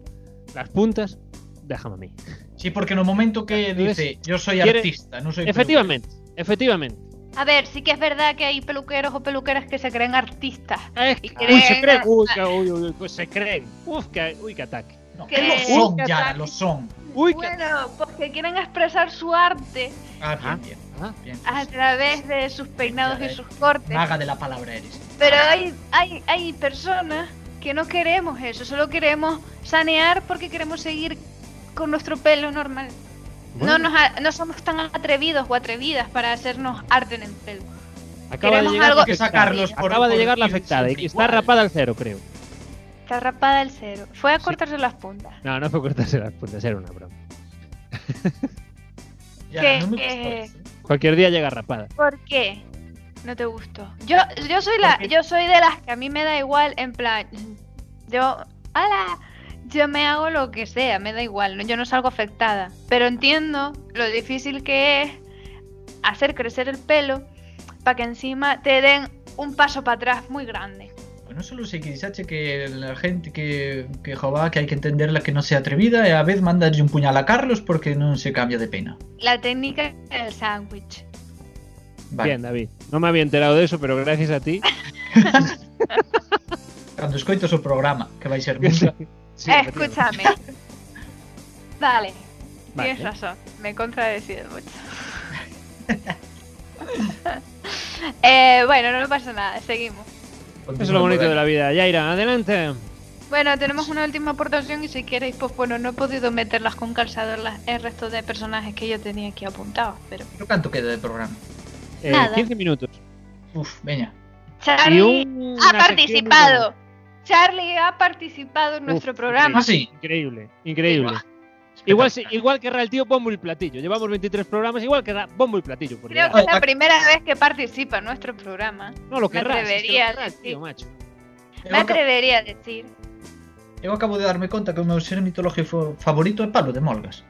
Speaker 4: Las puntas, déjame a mí.
Speaker 6: Sí, porque no momento que
Speaker 4: Entonces,
Speaker 6: dice, yo soy
Speaker 4: quiere-
Speaker 6: artista, non soy
Speaker 4: Efectivamente, efectivamente.
Speaker 5: A ver, sí que es verdad que hay peluqueros o peluqueras que se creen artistas.
Speaker 4: Ah, Es que-
Speaker 5: Y
Speaker 4: uy, se
Speaker 5: creen-
Speaker 4: creen. Uy, que- uy, uy, uy, pues se creen. Uf, que, uy, que ataque.
Speaker 6: peluquero. No,
Speaker 5: que-
Speaker 6: que lo
Speaker 5: Uy,
Speaker 6: son,
Speaker 4: que
Speaker 6: Yara,
Speaker 4: ataque.
Speaker 6: lo son.
Speaker 4: Uy, que.
Speaker 5: Bueno, porque quieren expresar su arte
Speaker 6: Ah,
Speaker 4: Ah.
Speaker 6: bien, bien.
Speaker 4: Ah,
Speaker 6: bien. pues
Speaker 5: a través de sus peinados y sus cortes.
Speaker 6: Maga de la palabra eres.
Speaker 5: Pero hay, hay, hay personas que no queremos eso, solo queremos sanear porque queremos seguir con nuestro pelo normal.
Speaker 4: Bueno.
Speaker 5: No, nos a- no somos tan atrevidos o atrevidas para hacernos arte en el pelo.
Speaker 4: acaba de
Speaker 5: queremos
Speaker 4: llegar,
Speaker 5: algo-
Speaker 4: la
Speaker 5: Hay que
Speaker 4: afectada.
Speaker 5: sacarlos
Speaker 6: por-
Speaker 4: Acaba de
Speaker 6: por
Speaker 4: llegar la
Speaker 6: decir
Speaker 4: afectada y
Speaker 6: siempre
Speaker 4: está
Speaker 6: igual.
Speaker 4: rapada al cero, creo.
Speaker 5: Está rapada al cero. Fue a
Speaker 4: Sí.
Speaker 5: cortarse las puntas.
Speaker 4: No, no fue cortarse las puntas, era una broma.
Speaker 6: Yara,
Speaker 5: que-
Speaker 6: no me ¿eh?
Speaker 5: que-
Speaker 6: gustó eso.
Speaker 4: Cualquier día llega rapada.
Speaker 5: ¿Por qué? No te gustó. Yo, yo soy la,
Speaker 6: Porque-
Speaker 5: yo soy de las que a mí me da igual, en plan, yo, ¡hala! Yo me hago lo que sea, me da igual, ¿no? yo no salgo afectada. Pero entiendo lo difícil que es hacer crecer el pelo para que encima te den un paso para atrás muy grande.
Speaker 6: Bueno, solo sé que disache que la gente que, que jova que hay que entenderla que no sea atrevida e a vez mandarlle un puñal a Carlos porque non se cambia de pena.
Speaker 5: La técnica del sándwich.
Speaker 6: Vale.
Speaker 4: Bien, David. No me había enterado de eso, pero gracias a ti.
Speaker 6: Cando escoites o programa, que vai ser
Speaker 4: que sí.
Speaker 6: nunca.
Speaker 4: Sí,
Speaker 5: Eh,
Speaker 4: efectivamente.
Speaker 5: escúchame. vale,
Speaker 4: Vale.
Speaker 5: tienes razón. Me he contradecido mucho. Eh, bueno, no pasa nada, seguimos.
Speaker 4: Eso es lo bonito de la vida. Yaira, adelante.
Speaker 5: Bueno, tenemos una última aportación y si queréis, pues bueno, no he podido meterlas con calzador las, el resto de personajes que yo tenía aquí apuntados, pero...
Speaker 6: ¿Pero canto queda de programa?
Speaker 4: Eh,
Speaker 5: Nada.
Speaker 4: 15 minutos.
Speaker 6: Uf, veña.
Speaker 5: Charlie
Speaker 4: un-
Speaker 5: ha
Speaker 4: una
Speaker 5: participado. Charlie ha participado en
Speaker 4: Uf,
Speaker 5: nuestro programa.
Speaker 6: Ah, sí.
Speaker 4: Increíble, increíble. Igual, si- igual querrá el tío bombo y platillo. Llevamos 23 programas, igual querrá bombo y platillo. por
Speaker 5: Creo
Speaker 4: llegar.
Speaker 5: que es
Speaker 6: Ah,
Speaker 5: la
Speaker 6: ah.
Speaker 5: primera vez que participa en nuestro programa.
Speaker 4: no lo
Speaker 5: me
Speaker 4: querrás. es que lo
Speaker 5: atrevería a
Speaker 4: querrás,
Speaker 5: decir.
Speaker 4: tío, macho.
Speaker 6: Eu,
Speaker 5: Me
Speaker 6: aca
Speaker 5: atrevería a decir.
Speaker 6: eu acabo de darme conta que o meu ser mitológico favorito é Pablo de Molgas.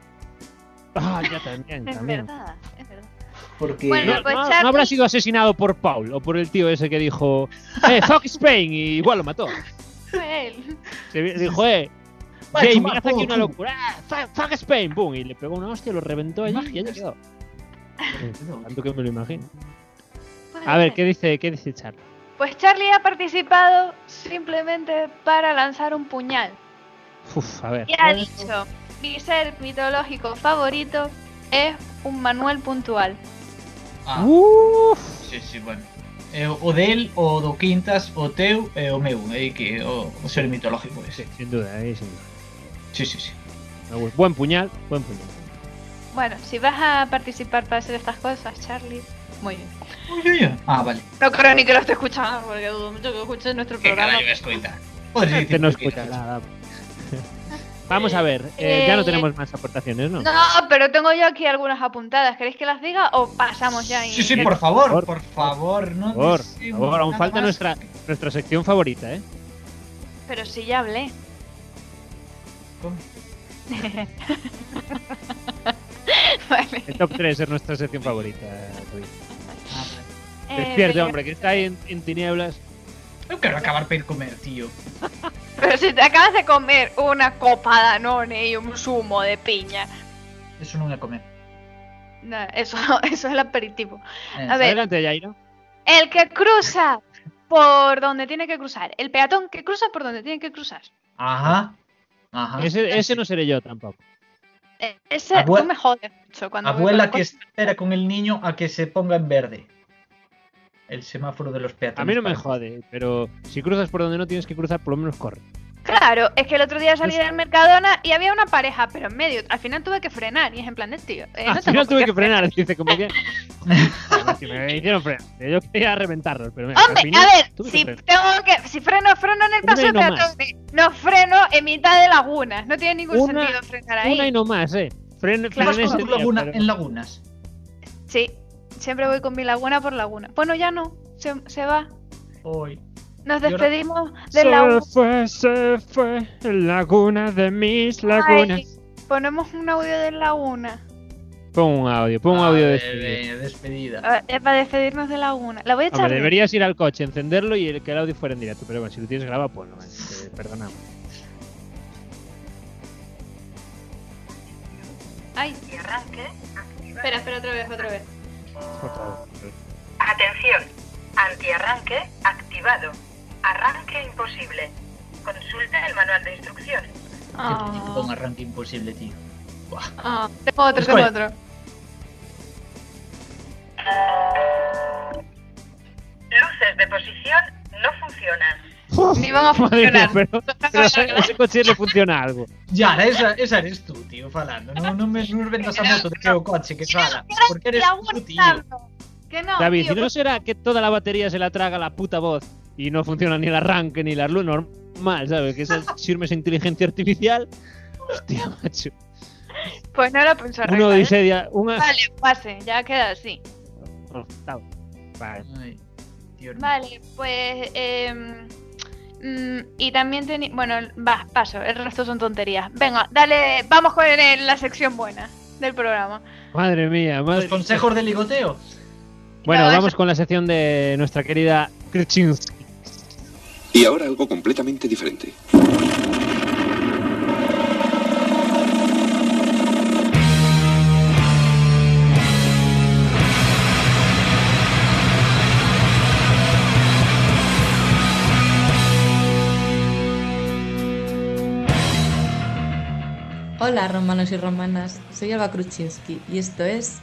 Speaker 4: Ah, ya también,
Speaker 5: Es
Speaker 4: también.
Speaker 5: verdad, es verdad.
Speaker 6: Porque
Speaker 5: Bueno,
Speaker 4: No,
Speaker 5: pues
Speaker 4: no- no
Speaker 5: Charlie-
Speaker 4: habrá sido asesinado por Paul o por el tío ese que dijo, eh, fuck Spain, y igual lo mató.
Speaker 5: Fue él.
Speaker 4: Se vi- dijo, eh,
Speaker 6: Macho,
Speaker 4: Jamie,
Speaker 6: macho,
Speaker 4: haz aquí una
Speaker 6: tú.
Speaker 4: locura, ah, fuck, fuck Spain, boom, y le pegó una hostia, lo reventó allí y allí quedó. Tanto que me lo imagino.
Speaker 5: Fue
Speaker 4: A ver,
Speaker 5: él.
Speaker 4: ¿qué dice, qué dice Charlie?
Speaker 5: Pues Charlie ha participado simplemente para lanzar un puñal.
Speaker 4: Uf, a ver.
Speaker 5: Y ha dicho, mi ser mitológico favorito es un manual puntual.
Speaker 4: Uh,
Speaker 6: Ah,
Speaker 4: Uf.
Speaker 6: sí, sí, bueno. Eu, Eh, o del, o do Quintas, o teu e o meu, aí que é o, o ser mitológico
Speaker 4: Sí,
Speaker 6: ese.
Speaker 4: sin duda, ahí sin duda.
Speaker 6: Sí, sí, sí.
Speaker 4: Me gusta. Buen puñal, buen puñal.
Speaker 5: Bueno, si vas a participar para hacer estas cosas, Charlie, muy bien.
Speaker 6: Ui, ui, ui. Ah, vale.
Speaker 5: No creo ni que lo esté escuchando, porque dudo mucho que escuches nuestro
Speaker 6: Que
Speaker 5: programa.
Speaker 6: carallo escoita. Podes dicir
Speaker 4: Este no
Speaker 6: o que
Speaker 4: escucha
Speaker 6: queiras.
Speaker 4: nada. Vamos a ver, eh, ya no
Speaker 5: Eh,
Speaker 4: tenemos más aportaciones, ¿no?
Speaker 5: No, pero tengo yo aquí algunas apuntadas. ¿Queréis que las diga o pasamos ya? y-
Speaker 6: Sí, sí, por favor,
Speaker 4: Por
Speaker 6: por favor, no
Speaker 4: Por favor,
Speaker 6: decimos
Speaker 4: por favor, aún
Speaker 6: nada
Speaker 4: falta
Speaker 6: más.
Speaker 4: nuestra, nuestra sección favorita, ¿eh?
Speaker 5: Pero si ya hablé.
Speaker 6: ¿Cómo?
Speaker 5: Vale.
Speaker 4: El top 3 es nuestra sección favorita. Rui.
Speaker 6: Ah, vale.
Speaker 5: Eh,
Speaker 4: Despierte,
Speaker 5: venga.
Speaker 4: hombre, que está ahí en, en tinieblas.
Speaker 6: Eu quero acabar per comer, tío.
Speaker 5: Pero si te acabas de comer una copa de Danone y un zumo de piña.
Speaker 6: Eso non é comer.
Speaker 5: No, eso, eso es el aperitivo.
Speaker 6: Eh,
Speaker 5: A ver.
Speaker 4: Adelante, Jairo.
Speaker 5: El que cruza por donde tiene que cruzar. El peatón que cruza por donde tiene que cruzar.
Speaker 6: Ajá. Ajá.
Speaker 4: Ese, ese no seré yo tampoco.
Speaker 5: E- Ese
Speaker 6: Abue-
Speaker 5: tú me jodes mucho cuando voy
Speaker 6: Abuela
Speaker 5: con
Speaker 6: que
Speaker 5: el coche.
Speaker 6: espera con el niño a que se ponga en verde. El semáforo de los peatones.
Speaker 4: A mí no me
Speaker 6: para-
Speaker 4: jode, pero si cruzas por donde no tienes que cruzar, por lo menos corre.
Speaker 5: Claro, es que el otro día salí
Speaker 4: Es-
Speaker 5: del Mercadona y había una pareja, pero en medio. Al final tuve que frenar y es en plan de tío. eh,
Speaker 4: Ah,
Speaker 5: no
Speaker 4: si
Speaker 5: tengo
Speaker 4: no
Speaker 5: por
Speaker 4: tuve
Speaker 5: qué
Speaker 4: que frenar, dice como que. Joder, si me hicieron frenar. Yo quería reventarlos, pero mira, al
Speaker 5: Hombre,
Speaker 4: final
Speaker 5: a ver,
Speaker 4: tuve que
Speaker 5: si
Speaker 4: frenar.
Speaker 5: tengo que, si freno, freno en el
Speaker 4: Una y
Speaker 5: paso de
Speaker 4: no más.
Speaker 5: peatones, no freno en mitad de lagunas, no tiene ningún
Speaker 4: Una-
Speaker 5: sentido frenar
Speaker 4: Una y
Speaker 5: ahí.
Speaker 4: no más, eh. Fren,
Speaker 5: Claro.
Speaker 6: Vas
Speaker 4: frené
Speaker 6: con
Speaker 4: ese
Speaker 6: tu
Speaker 4: día,
Speaker 6: laguna
Speaker 4: pero-
Speaker 6: en lagunas.
Speaker 5: Sí, siempre voy con mi laguna por laguna. Bueno, ya no, se, se va.
Speaker 6: Hoy.
Speaker 5: Nos
Speaker 6: Y ahora-
Speaker 5: despedimos de
Speaker 4: Se
Speaker 5: la
Speaker 4: fue, se fue, laguna de mis
Speaker 5: Ay,
Speaker 4: lagunas.
Speaker 5: Ponemos un audio de la una.
Speaker 4: Pon un audio, pon un audio de este.
Speaker 6: despedida. despedida.
Speaker 5: Ah, Es para despedirnos de la una. La voy a echar.
Speaker 4: Hombre, deberías ir al coche, encenderlo y el- que el audio fuera en directo. Pero bueno, si lo tienes grabado, ponlo. man, Te perdonamos.
Speaker 5: Ay,
Speaker 3: Y arranque activado.
Speaker 5: espera, espera otra vez, otra vez.
Speaker 3: Atención, antiarranque activado. Arranque imposible. Consulta el manual de instrucciones.
Speaker 5: Ah,
Speaker 6: Con arranque imposible, tío.
Speaker 5: ah. Tengo otro, tengo
Speaker 6: Escolla.
Speaker 5: otro.
Speaker 3: Luces de posición no funcionan.
Speaker 5: Ni van a
Speaker 4: Madre mía,
Speaker 5: funcionar.
Speaker 4: pero, pero ese, ese coche le funciona algo.
Speaker 6: Ya, esa, esa eres tú, tío, falando. Non, non me non vendas a moto de que o coche que fala. Porque eres
Speaker 5: La
Speaker 6: tú,
Speaker 5: una,
Speaker 6: tío.
Speaker 5: Pablo. Que no,
Speaker 4: David,
Speaker 5: tío, pues
Speaker 4: ¿y no será que toda la batería se la traga la puta voz y no funciona ni el arranque ni la luz normal, ¿sabes? Que esa sirve esa inteligencia artificial. Hostia, macho.
Speaker 5: Pues no lo pienso
Speaker 4: Una
Speaker 5: arreglar. ¿eh?
Speaker 4: odisea, una.
Speaker 5: Vale, pase, ya queda así.
Speaker 4: Bueno, está bien. Vale.
Speaker 6: Ay, tío, hermano.
Speaker 5: Vale, pues. em, mm, y también tenía. Bueno, va, paso, el resto son tonterías. Venga, dale, vamos con el- la sección buena del programa.
Speaker 4: Madre mía, madre
Speaker 6: Los consejos de ligoteo.
Speaker 4: Bueno,
Speaker 5: No, Pues eso-
Speaker 4: vamos con la sección de nuestra querida Krichinsky.
Speaker 7: Y ahora algo completamente diferente.
Speaker 8: Hola romanos y romanas, soy Alba Kruczynski y esto es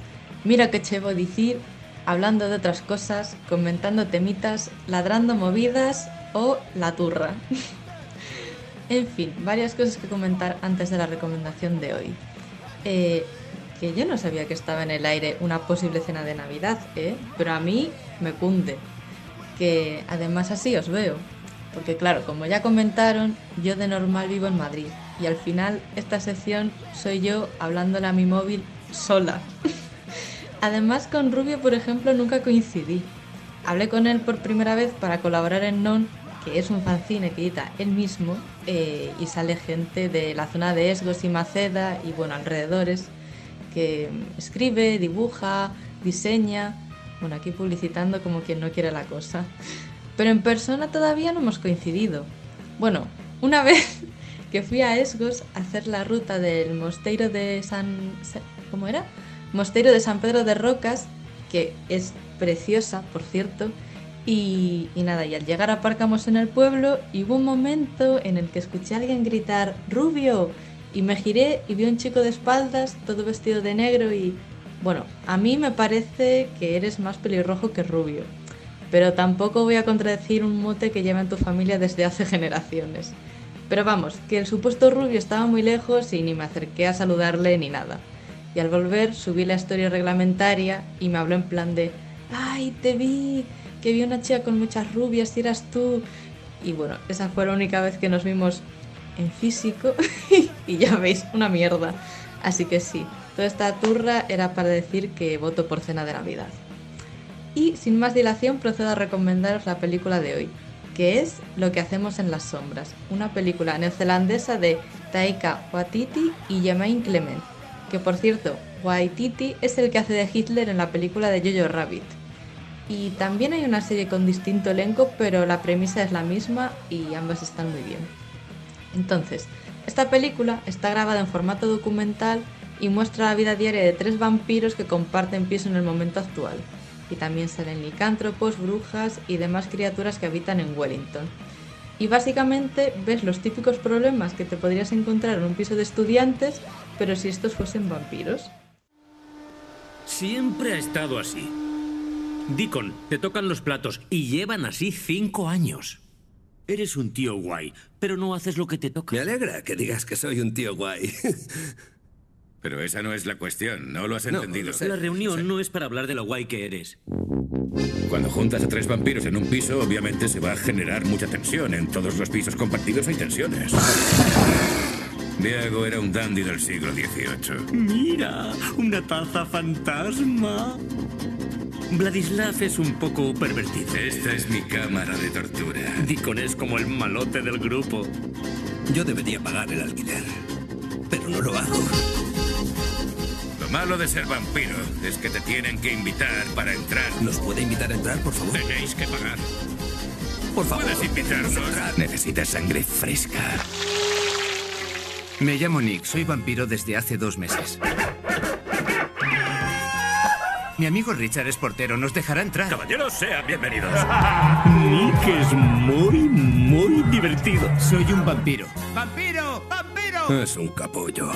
Speaker 8: Mira que che vou dicir, hablando de otras cosas, comentando temitas, ladrando movidas o la turra. En fin, varias cosas que comentar antes de la recomendación de hoy. Eh, que yo no sabía que estaba en el aire una posible cena de Navidad, ¿eh? Pero a mí me cunde. Que además así os veo. Porque claro, como ya comentaron, yo de normal vivo en Madrid. Y al final esta sección soy yo hablándole a mi móvil sola. además con Rubio, por ejemplo, nunca coincidí. Hablé con él por primera vez para colaborar en Non, que es un fanzine que edita él mismo eh, y sale gente de la zona de Esgos y Maceda y bueno, alrededores que escribe, dibuja, diseña, bueno, aquí publicitando como quien no quiere la cosa. Pero en persona todavía no hemos coincidido. Bueno, una vez que fui a Esgos a hacer la ruta del mosteiro de San... ¿Cómo era? Mosteiro de San Pedro de Rocas, que es preciosa, por cierto, y, y, nada, y al llegar aparcamos en el pueblo y hubo un momento en el que escuché a alguien gritar ¡Rubio! Y me giré y vi a un chico de espaldas, todo vestido de negro y... Bueno, a mí me parece que eres más pelirrojo que rubio, pero tampoco voy a contradecir un mote que lleva en tu familia desde hace generaciones. Pero vamos, que el supuesto rubio estaba muy lejos y ni me acerqué a saludarle ni nada. Y al volver subí la historia reglamentaria y me habló en plan de ¡Ay, te vi! que vi una chica con muchas rubias y eras tú. Y bueno, esa fue la única vez que nos vimos en físico y ya veis, una mierda. Así que sí, toda esta turra era para decir que voto por cena de Navidad. Y sin más dilación procedo a recomendaros la película de hoy, que es Lo que hacemos en las sombras, una película neozelandesa de Taika Waititi y Jemaine Clement, que por cierto, Waititi es el que hace de Hitler en la película de Jojo Rabbit. Y también hay una serie con distinto elenco, pero la premisa es la misma y ambas están muy bien. Entonces, esta película está grabada en formato documental y muestra la vida diaria de tres vampiros que comparten piso en el momento actual. Y también salen licántropos, brujas y demás criaturas que habitan en Wellington. Y básicamente ves los típicos problemas que te podrías encontrar en un piso de estudiantes, pero si estos fuesen vampiros.
Speaker 9: Siempre ha estado así. Deacon, te tocan los platos y llevan así cinco años. Eres un tío guay, pero no haces lo que te toca.
Speaker 10: Me alegra que digas que soy un tío guay.
Speaker 11: pero esa no es la cuestión, no lo has
Speaker 10: No,
Speaker 11: entendido.
Speaker 10: lo sé.
Speaker 9: La reunión no es para hablar de lo guay que eres.
Speaker 11: Cuando juntas a tres vampiros en un piso, obviamente se va a generar mucha tensión. En todos los pisos compartidos hay tensiones. Diego era un dandy del siglo XVIII.
Speaker 9: Mira, una taza fantasma. Vladislav es un poco pervertido.
Speaker 11: Esta es mi cámara de tortura.
Speaker 9: Deacon es como el malote del grupo.
Speaker 10: Yo debería pagar el alquiler, pero no lo hago.
Speaker 11: Lo malo de ser vampiro es que te tienen que invitar para entrar.
Speaker 10: ¿Nos puede invitar a entrar, por favor?
Speaker 11: Tenéis que pagar.
Speaker 10: Por favor.
Speaker 11: Puedes invitarnos.
Speaker 10: Necesitas sangre fresca. Me llamo Nick, soy vampiro desde hace dos meses. Mi amigo Richard es portero, nos dejará entrar.
Speaker 11: Caballeros, sean bienvenidos.
Speaker 9: Nick es muy, muy divertido.
Speaker 10: Soy un vampiro. ¡Vampiro! ¡Vampiro!
Speaker 11: Es un capullo.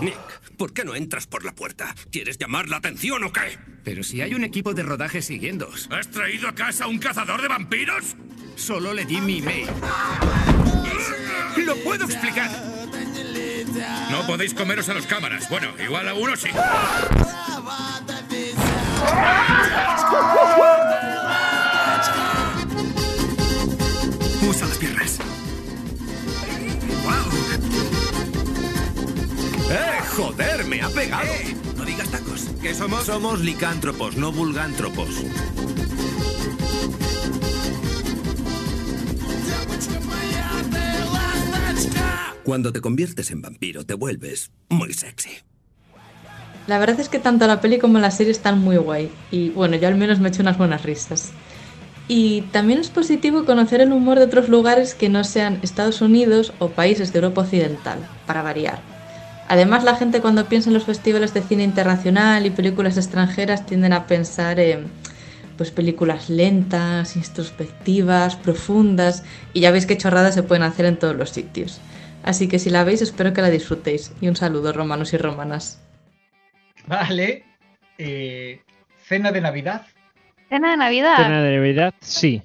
Speaker 10: Nick, ¿por qué no entras por la puerta? ¿Quieres llamar la atención o qué? Pero si hay un equipo de rodaje siguiéndos.
Speaker 11: ¿Has traído a casa un cazador de vampiros?
Speaker 10: Solo le di mi email.
Speaker 11: ¡Lo puedo explicar! No podéis comeros a las cámaras. Bueno, igual a uno sí.
Speaker 10: Usa las piernas. ¡Wow!
Speaker 11: ¡Eh, joder! ¡Me ha pegado!
Speaker 10: No digas tacos.
Speaker 11: ¿Qué somos?
Speaker 10: Somos licántropos, no vulgántropos. Cuando te conviertes en vampiro, te vuelves muy sexy.
Speaker 8: La verdad es que tanto la peli como la serie están muy guay y bueno, yo al menos me he hecho unas buenas risas. Y también es positivo conocer el humor de otros lugares que no sean Estados Unidos o países de Europa Occidental, para variar. Además, la gente cuando piensa en los festivales de cine internacional y películas extranjeras tienden a pensar en pues, películas lentas, introspectivas, profundas, y ya veis qué chorradas se pueden hacer en todos los sitios. Así que si la veis, espero que la disfrutéis. Y un saludo, romanos y romanas.
Speaker 6: Vale. eh, cena de Navidad.
Speaker 5: Cena de Navidad.
Speaker 4: Cena de Navidad, sí.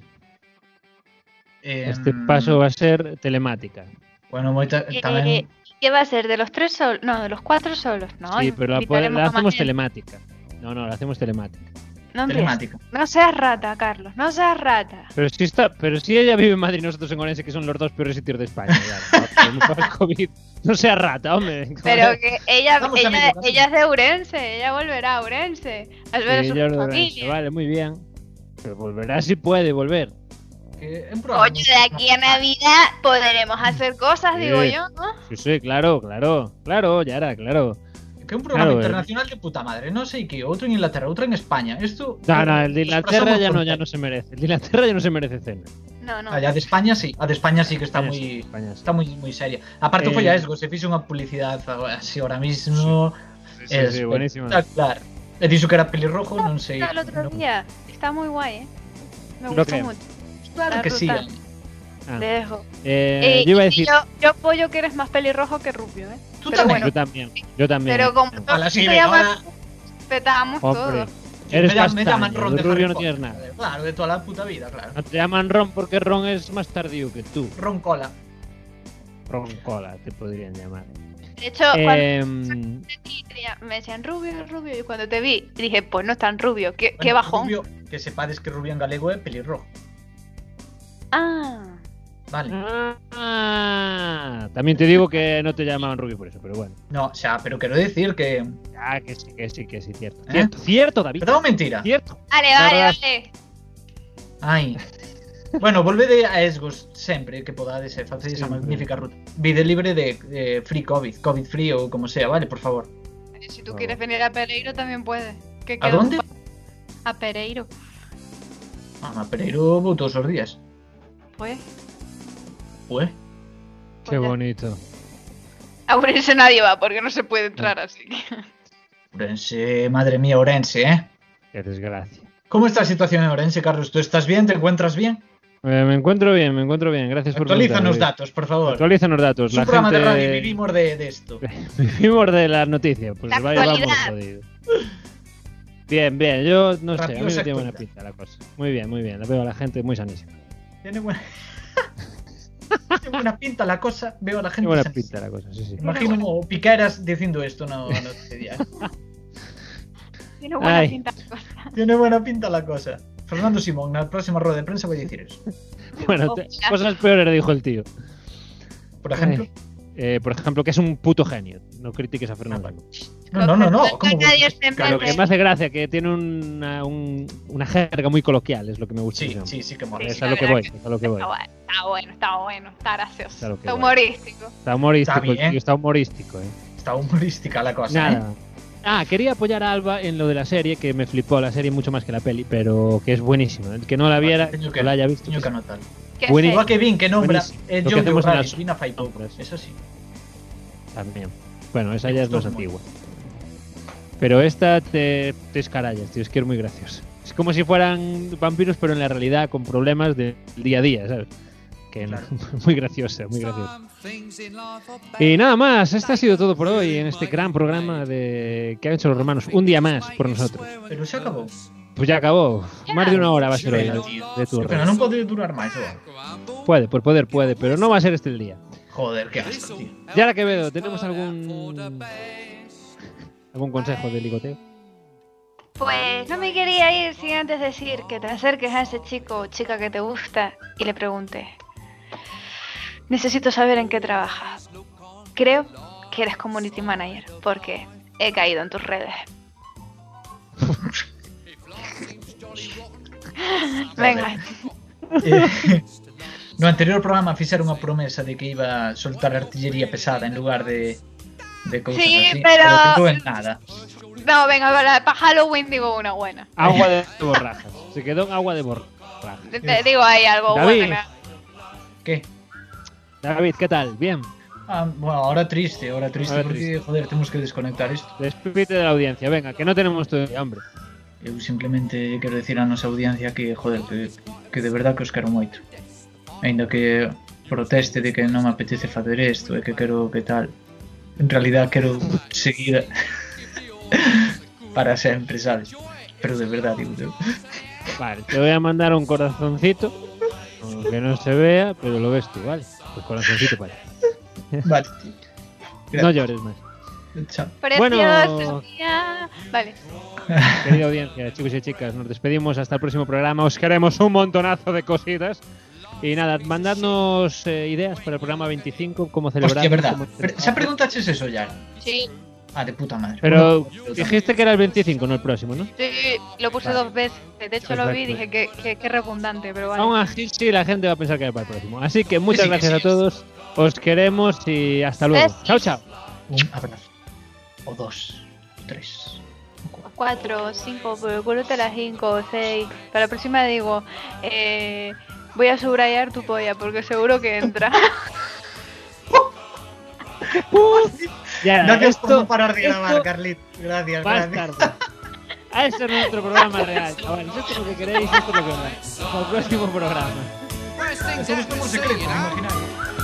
Speaker 6: Em,
Speaker 4: Este paso va a ser telemática.
Speaker 6: Bueno, moita,
Speaker 5: Eh,
Speaker 6: tamén...
Speaker 5: ¿Qué va a ser? ¿De los tres solos? No, de los cuatro solos, ¿no?
Speaker 4: sí, pero la, pode-
Speaker 5: Invitaremos
Speaker 4: la
Speaker 5: a
Speaker 4: hacemos
Speaker 5: Manuel.
Speaker 4: telemática. No, no, la hacemos telemática.
Speaker 5: No empieces. No seas rata, Carlos, no seas rata.
Speaker 4: Pero si está, pero si ella vive en Madrid y nosotros en Orense, que son los dos peores sitios de España. ya, no, para el COVID. No sea rata, hombre.
Speaker 5: Pero que ella,
Speaker 6: Vamos,
Speaker 5: ella,
Speaker 6: amigo, vamos.
Speaker 5: ella es de Urense, ella volverá a Urense. Al ver
Speaker 4: Sí,
Speaker 5: a su
Speaker 4: ya lo verás.
Speaker 5: familia.
Speaker 4: Vale, muy bien. Pero volverá si puede volver.
Speaker 6: Que, en pro-
Speaker 5: Oye, de aquí a Navidad podremos hacer cosas, digo
Speaker 4: Sí.
Speaker 5: yo, ¿no?
Speaker 4: Sí, sí, claro, claro. Claro, Yara, claro.
Speaker 6: que é un programa
Speaker 4: Claro, eh.
Speaker 6: internacional de puta madre, non sei que, outro en Inglaterra, outro en España. Isto
Speaker 4: No, no, el de
Speaker 6: nos
Speaker 4: Inglaterra
Speaker 6: pasamos
Speaker 4: ya
Speaker 6: por-
Speaker 4: no, ya no se merece. El de Inglaterra ya no se merece cena.
Speaker 5: No, no.
Speaker 6: Ah, ya de España sí, a de España sí que está
Speaker 4: España
Speaker 6: moi
Speaker 4: sí, España sí.
Speaker 6: está moi moi seria. Aparte
Speaker 4: Eh,
Speaker 6: foi a Esgo, se fixe unha publicidade agora, así ahora mismo.
Speaker 4: Sí, sí, sí, buenísima.
Speaker 6: Espectacular. E dixo que era pelirrojo, non sei.
Speaker 5: El otro
Speaker 6: non-
Speaker 5: día. Está muy guay, ¿eh?
Speaker 4: No
Speaker 5: Me gustó
Speaker 4: creo.
Speaker 5: mucho. La
Speaker 6: Claro que sí.
Speaker 5: ruta.
Speaker 4: Ah,
Speaker 5: Te dejo.
Speaker 4: eh,
Speaker 5: Eh,
Speaker 4: yo iba a
Speaker 5: y
Speaker 4: decir.
Speaker 5: Yo, yo apoyo que eres más pelirrojo que rubio, ¿eh?
Speaker 6: Tú
Speaker 5: Pero
Speaker 6: tamén.
Speaker 5: bueno,
Speaker 4: Yo también. Yo también.
Speaker 5: pero como
Speaker 6: A la
Speaker 5: todos
Speaker 6: Sirena.
Speaker 5: te llaman, petamos
Speaker 4: Hombre,
Speaker 5: todos.
Speaker 4: eres
Speaker 6: me, llaman-
Speaker 4: castaño,
Speaker 6: me llaman Ron
Speaker 4: de
Speaker 6: de
Speaker 4: rubio
Speaker 6: Harry
Speaker 4: no tienes
Speaker 6: Potter.
Speaker 4: nada. Ah.
Speaker 6: Claro, de toda la puta vida, claro.
Speaker 4: No te llaman Ron porque Ron es más tardío que tú.
Speaker 6: Ron Cola.
Speaker 4: Ron Cola te podrían llamar.
Speaker 5: De hecho,
Speaker 4: Eh,
Speaker 5: cuando
Speaker 4: Em,
Speaker 5: te vi, te llam- me decían rubio, rubio, y cuando te vi, dije, pues no es tan rubio, qué, qué
Speaker 6: Bueno,
Speaker 5: bajón.
Speaker 6: Rubio, que sepades que rubio en galego é pelirrojo.
Speaker 5: Ah,
Speaker 6: Vale.
Speaker 4: ah, también te digo que no te llamaban rubio por eso, pero bueno.
Speaker 6: No, o sea, pero quiero decir que...
Speaker 4: Ah, que sí, que sí, que sí, cierto.
Speaker 6: ¿Eh?
Speaker 4: Cierto, cierto, David.
Speaker 6: ¿Verdad o mentira?
Speaker 4: Cierto.
Speaker 5: vale,
Speaker 4: La
Speaker 5: vale,
Speaker 4: verdad-
Speaker 5: vale.
Speaker 6: Ai. Bueno, volvede a Esgos sempre que podades e facedes esa
Speaker 4: Sempre.
Speaker 6: magnífica ruta. Vide libre de, de free COVID, COVID free ou como sea, vale, por favor.
Speaker 5: Eh, Si
Speaker 4: Ah,
Speaker 5: tú quieres venir a Pereiro también puedes. Que
Speaker 6: ¿A
Speaker 5: queda un
Speaker 6: dónde?
Speaker 5: pa- A Pereiro,
Speaker 6: Ah, a Pereiro vou todos os días.
Speaker 5: pues.
Speaker 6: Ué,
Speaker 5: pues
Speaker 4: Qué
Speaker 5: ya.
Speaker 4: bonito.
Speaker 5: A Urense nadie va porque no se puede
Speaker 4: Ah.
Speaker 5: entrar, así que.
Speaker 6: Orense, madre mía, Orense, eh.
Speaker 4: Qué desgracia.
Speaker 6: Como está a situación en Orense, Carlos? ¿Tú estás bien? ¿Te encuentras bien?
Speaker 4: Eh, me encuentro bien, me encuentro bien. Gracias por preguntar,
Speaker 6: Actualízanos
Speaker 4: David.
Speaker 6: datos, por favor.
Speaker 4: Actualízanos datos.
Speaker 6: Es
Speaker 4: La
Speaker 6: un programa de radio,
Speaker 4: gente...
Speaker 6: vivimos de, de esto.
Speaker 4: Vivimos de las noticias, pues
Speaker 5: La
Speaker 4: vaya, vamos
Speaker 5: actualidad.
Speaker 4: jodidos. Bien, bien, yo no sé, a mí me
Speaker 6: Graciosa
Speaker 4: tiene buena
Speaker 6: actualidad.
Speaker 4: pinta la cosa. Muy bien, muy bien, la veo a la gente muy sanísima.
Speaker 6: Tiene buena... Tiene buena pinta la cosa, veo a la
Speaker 4: Tiene
Speaker 6: gente...
Speaker 4: buena
Speaker 6: san-
Speaker 4: pinta la cosa, sí, sí.
Speaker 6: Imagino o Piqueras diciendo esto no, no te diría.
Speaker 5: Tiene buena
Speaker 4: Ay.
Speaker 5: pinta.
Speaker 6: Tiene buena pinta la cosa. Fernando Simón, na próxima rueda de prensa voy a decir eso.
Speaker 4: Bueno,
Speaker 5: oh,
Speaker 4: te- cosas peores dijo el tío.
Speaker 6: Por ejemplo.
Speaker 4: Eh, por ejemplo, que es un puto genio. No critiques a Fernando.
Speaker 6: No, no, no, no. ¿cómo voy a
Speaker 5: nadie
Speaker 6: decir?
Speaker 5: se
Speaker 4: Lo que
Speaker 5: enfrente.
Speaker 4: me hace gracia, que tiene una, un- una jerga muy coloquial, es lo que me gusta.
Speaker 6: Sí,
Speaker 4: ese hombre.
Speaker 6: sí, sí que mola.
Speaker 4: Es
Speaker 5: Sí,
Speaker 4: a
Speaker 5: la
Speaker 4: lo que
Speaker 5: verdad
Speaker 4: voy,
Speaker 5: que
Speaker 4: es a lo que voy.
Speaker 5: Está bueno, está bueno, está bueno, está gracioso.
Speaker 4: Claro que
Speaker 5: está
Speaker 4: bueno.
Speaker 5: humorístico.
Speaker 4: Está humorístico,
Speaker 6: Está bien,
Speaker 4: el tío,
Speaker 6: ¿eh?
Speaker 4: está humorístico, eh.
Speaker 6: Está humorística la cosa. ¿eh?
Speaker 4: Nada. Ah, quería apoyar a Alba en lo de la serie, que me flipó la serie mucho más que la peli, pero que es buenísima. El que no la viera,
Speaker 6: Vale,
Speaker 4: el
Speaker 6: teño
Speaker 4: que
Speaker 6: que-
Speaker 4: la haya visto.
Speaker 6: Teño
Speaker 4: que
Speaker 6: que
Speaker 4: se
Speaker 6: anotar.
Speaker 5: Qué
Speaker 4: Buenísimo.
Speaker 5: feo.
Speaker 6: Igual que Vin, que nombra
Speaker 4: Buenísimo.
Speaker 6: eh,
Speaker 4: Lo que
Speaker 6: John
Speaker 4: hacemos en
Speaker 6: O'Reilly,
Speaker 4: las-
Speaker 6: Vin a Five Poco.
Speaker 4: compras.
Speaker 6: Eso sí.
Speaker 4: También. Bueno, esa ya es
Speaker 6: Esto
Speaker 4: más
Speaker 6: es muy-
Speaker 4: antigua. Pero esta te, te escarallas, tío. Es que es muy gracioso. Es como si fueran vampiros, pero en la realidad con problemas del día a día, ¿sabes? Que no-
Speaker 6: Claro.
Speaker 4: muy graciosa, muy graciosa. Y nada más, esto ha sido todo por hoy en este gran programa de que han hecho los romanos. Un día más por nosotros.
Speaker 6: Pero se acabó.
Speaker 4: Pues ya acabó. Más de una hora va a ser hoy
Speaker 6: Pero,
Speaker 4: de-
Speaker 6: tío,
Speaker 4: de tu
Speaker 6: Pero no puede durar más. ¿eh?
Speaker 4: Puede, por poder puede, pero no va a ser este el día.
Speaker 6: Joder, qué asco, tío.
Speaker 4: Y ahora Quevedo, ¿tenemos algún algún consejo de ligoteo?
Speaker 5: Pues no me quería ir sin antes decir que te acerques a ese chico o chica que te gusta y le preguntes. Necesito saber en qué trabajas. Creo que eres community manager porque he caído en tus redes. Venga,
Speaker 6: Eh, no anterior programa fixeron unha promesa de que iba a soltar artillería pesada en lugar de de cousas
Speaker 5: Sí,
Speaker 6: así,
Speaker 5: pero-
Speaker 6: ficou en nada.
Speaker 5: no, venga, para, para Halloween digo una buena.
Speaker 4: Agua de borrajas. Se quedó en agua de borrajas.
Speaker 5: Te- te digo ahí algo
Speaker 4: David.
Speaker 5: bueno.
Speaker 6: Que?
Speaker 4: David, ¿qué tal? Bien.
Speaker 6: Ah, bueno, ahora triste, ahora triste
Speaker 4: Ahora
Speaker 6: porque
Speaker 4: triste.
Speaker 6: joder, temos que desconectar isto.
Speaker 4: Despídete de la audiencia. Venga, que no tenemos todo día, hombre.
Speaker 6: Eu simplemente quero decir á nosa audiencia que joder, que, que de verdad que os quero moito. Ainda que proteste de que non me apetece facer isto e que quero que tal. En realidad quero seguir para sempre, sabes? Pero de verdad, digo, eu.
Speaker 4: Vale, te voy a mandar un corazoncito. Que no se vea, pero lo ves tú, ¿vale? Pues corazoncito para allá.
Speaker 6: Vale.
Speaker 4: No llores más.
Speaker 6: Chao.
Speaker 5: Precioso día. Vale.
Speaker 4: Querida audiencia, chicos y chicas, nos despedimos hasta el próximo programa. Os queremos un montonazo de cositas. Y nada, mandadnos eh, ideas para el programa 25, cómo celebrar.
Speaker 6: Hostia, verdad.
Speaker 4: cómo-
Speaker 6: Pero, ¿Esa pregunta es eso ya?
Speaker 5: Sí.
Speaker 6: Ah, de puta madre.
Speaker 4: Pero dijiste que era el 25, no el próximo, ¿no?
Speaker 5: Sí, lo puse
Speaker 4: Vale.
Speaker 5: dos veces. De hecho, lo vi y dije que, que, que redundante, pero vale.
Speaker 4: Aún así, sí, la gente va a pensar que era para el próximo. Así que muchas
Speaker 6: Sí, sí,
Speaker 4: gracias
Speaker 6: sí.
Speaker 4: a todos. Os queremos y hasta luego.
Speaker 5: Besos.
Speaker 4: Chao, chao.
Speaker 6: Un abrazo. O dos. Tres.
Speaker 5: 4, 5, pero cuélgate las 5, 6. Para la próxima digo, eh, voy a subrayar tu polla porque seguro que entra.
Speaker 4: Ya,
Speaker 6: Gracias por
Speaker 4: esto-
Speaker 6: no parar de grabar,
Speaker 4: esto-
Speaker 6: Carlit. Gracias,
Speaker 4: Más
Speaker 6: gracias.
Speaker 4: tarde. Ah, Ese es nuestro programa real, chavales. Esto es lo que queréis, esto es lo que habláis. Hasta el próximo programa.
Speaker 6: Hacemos como secreto, imaginario.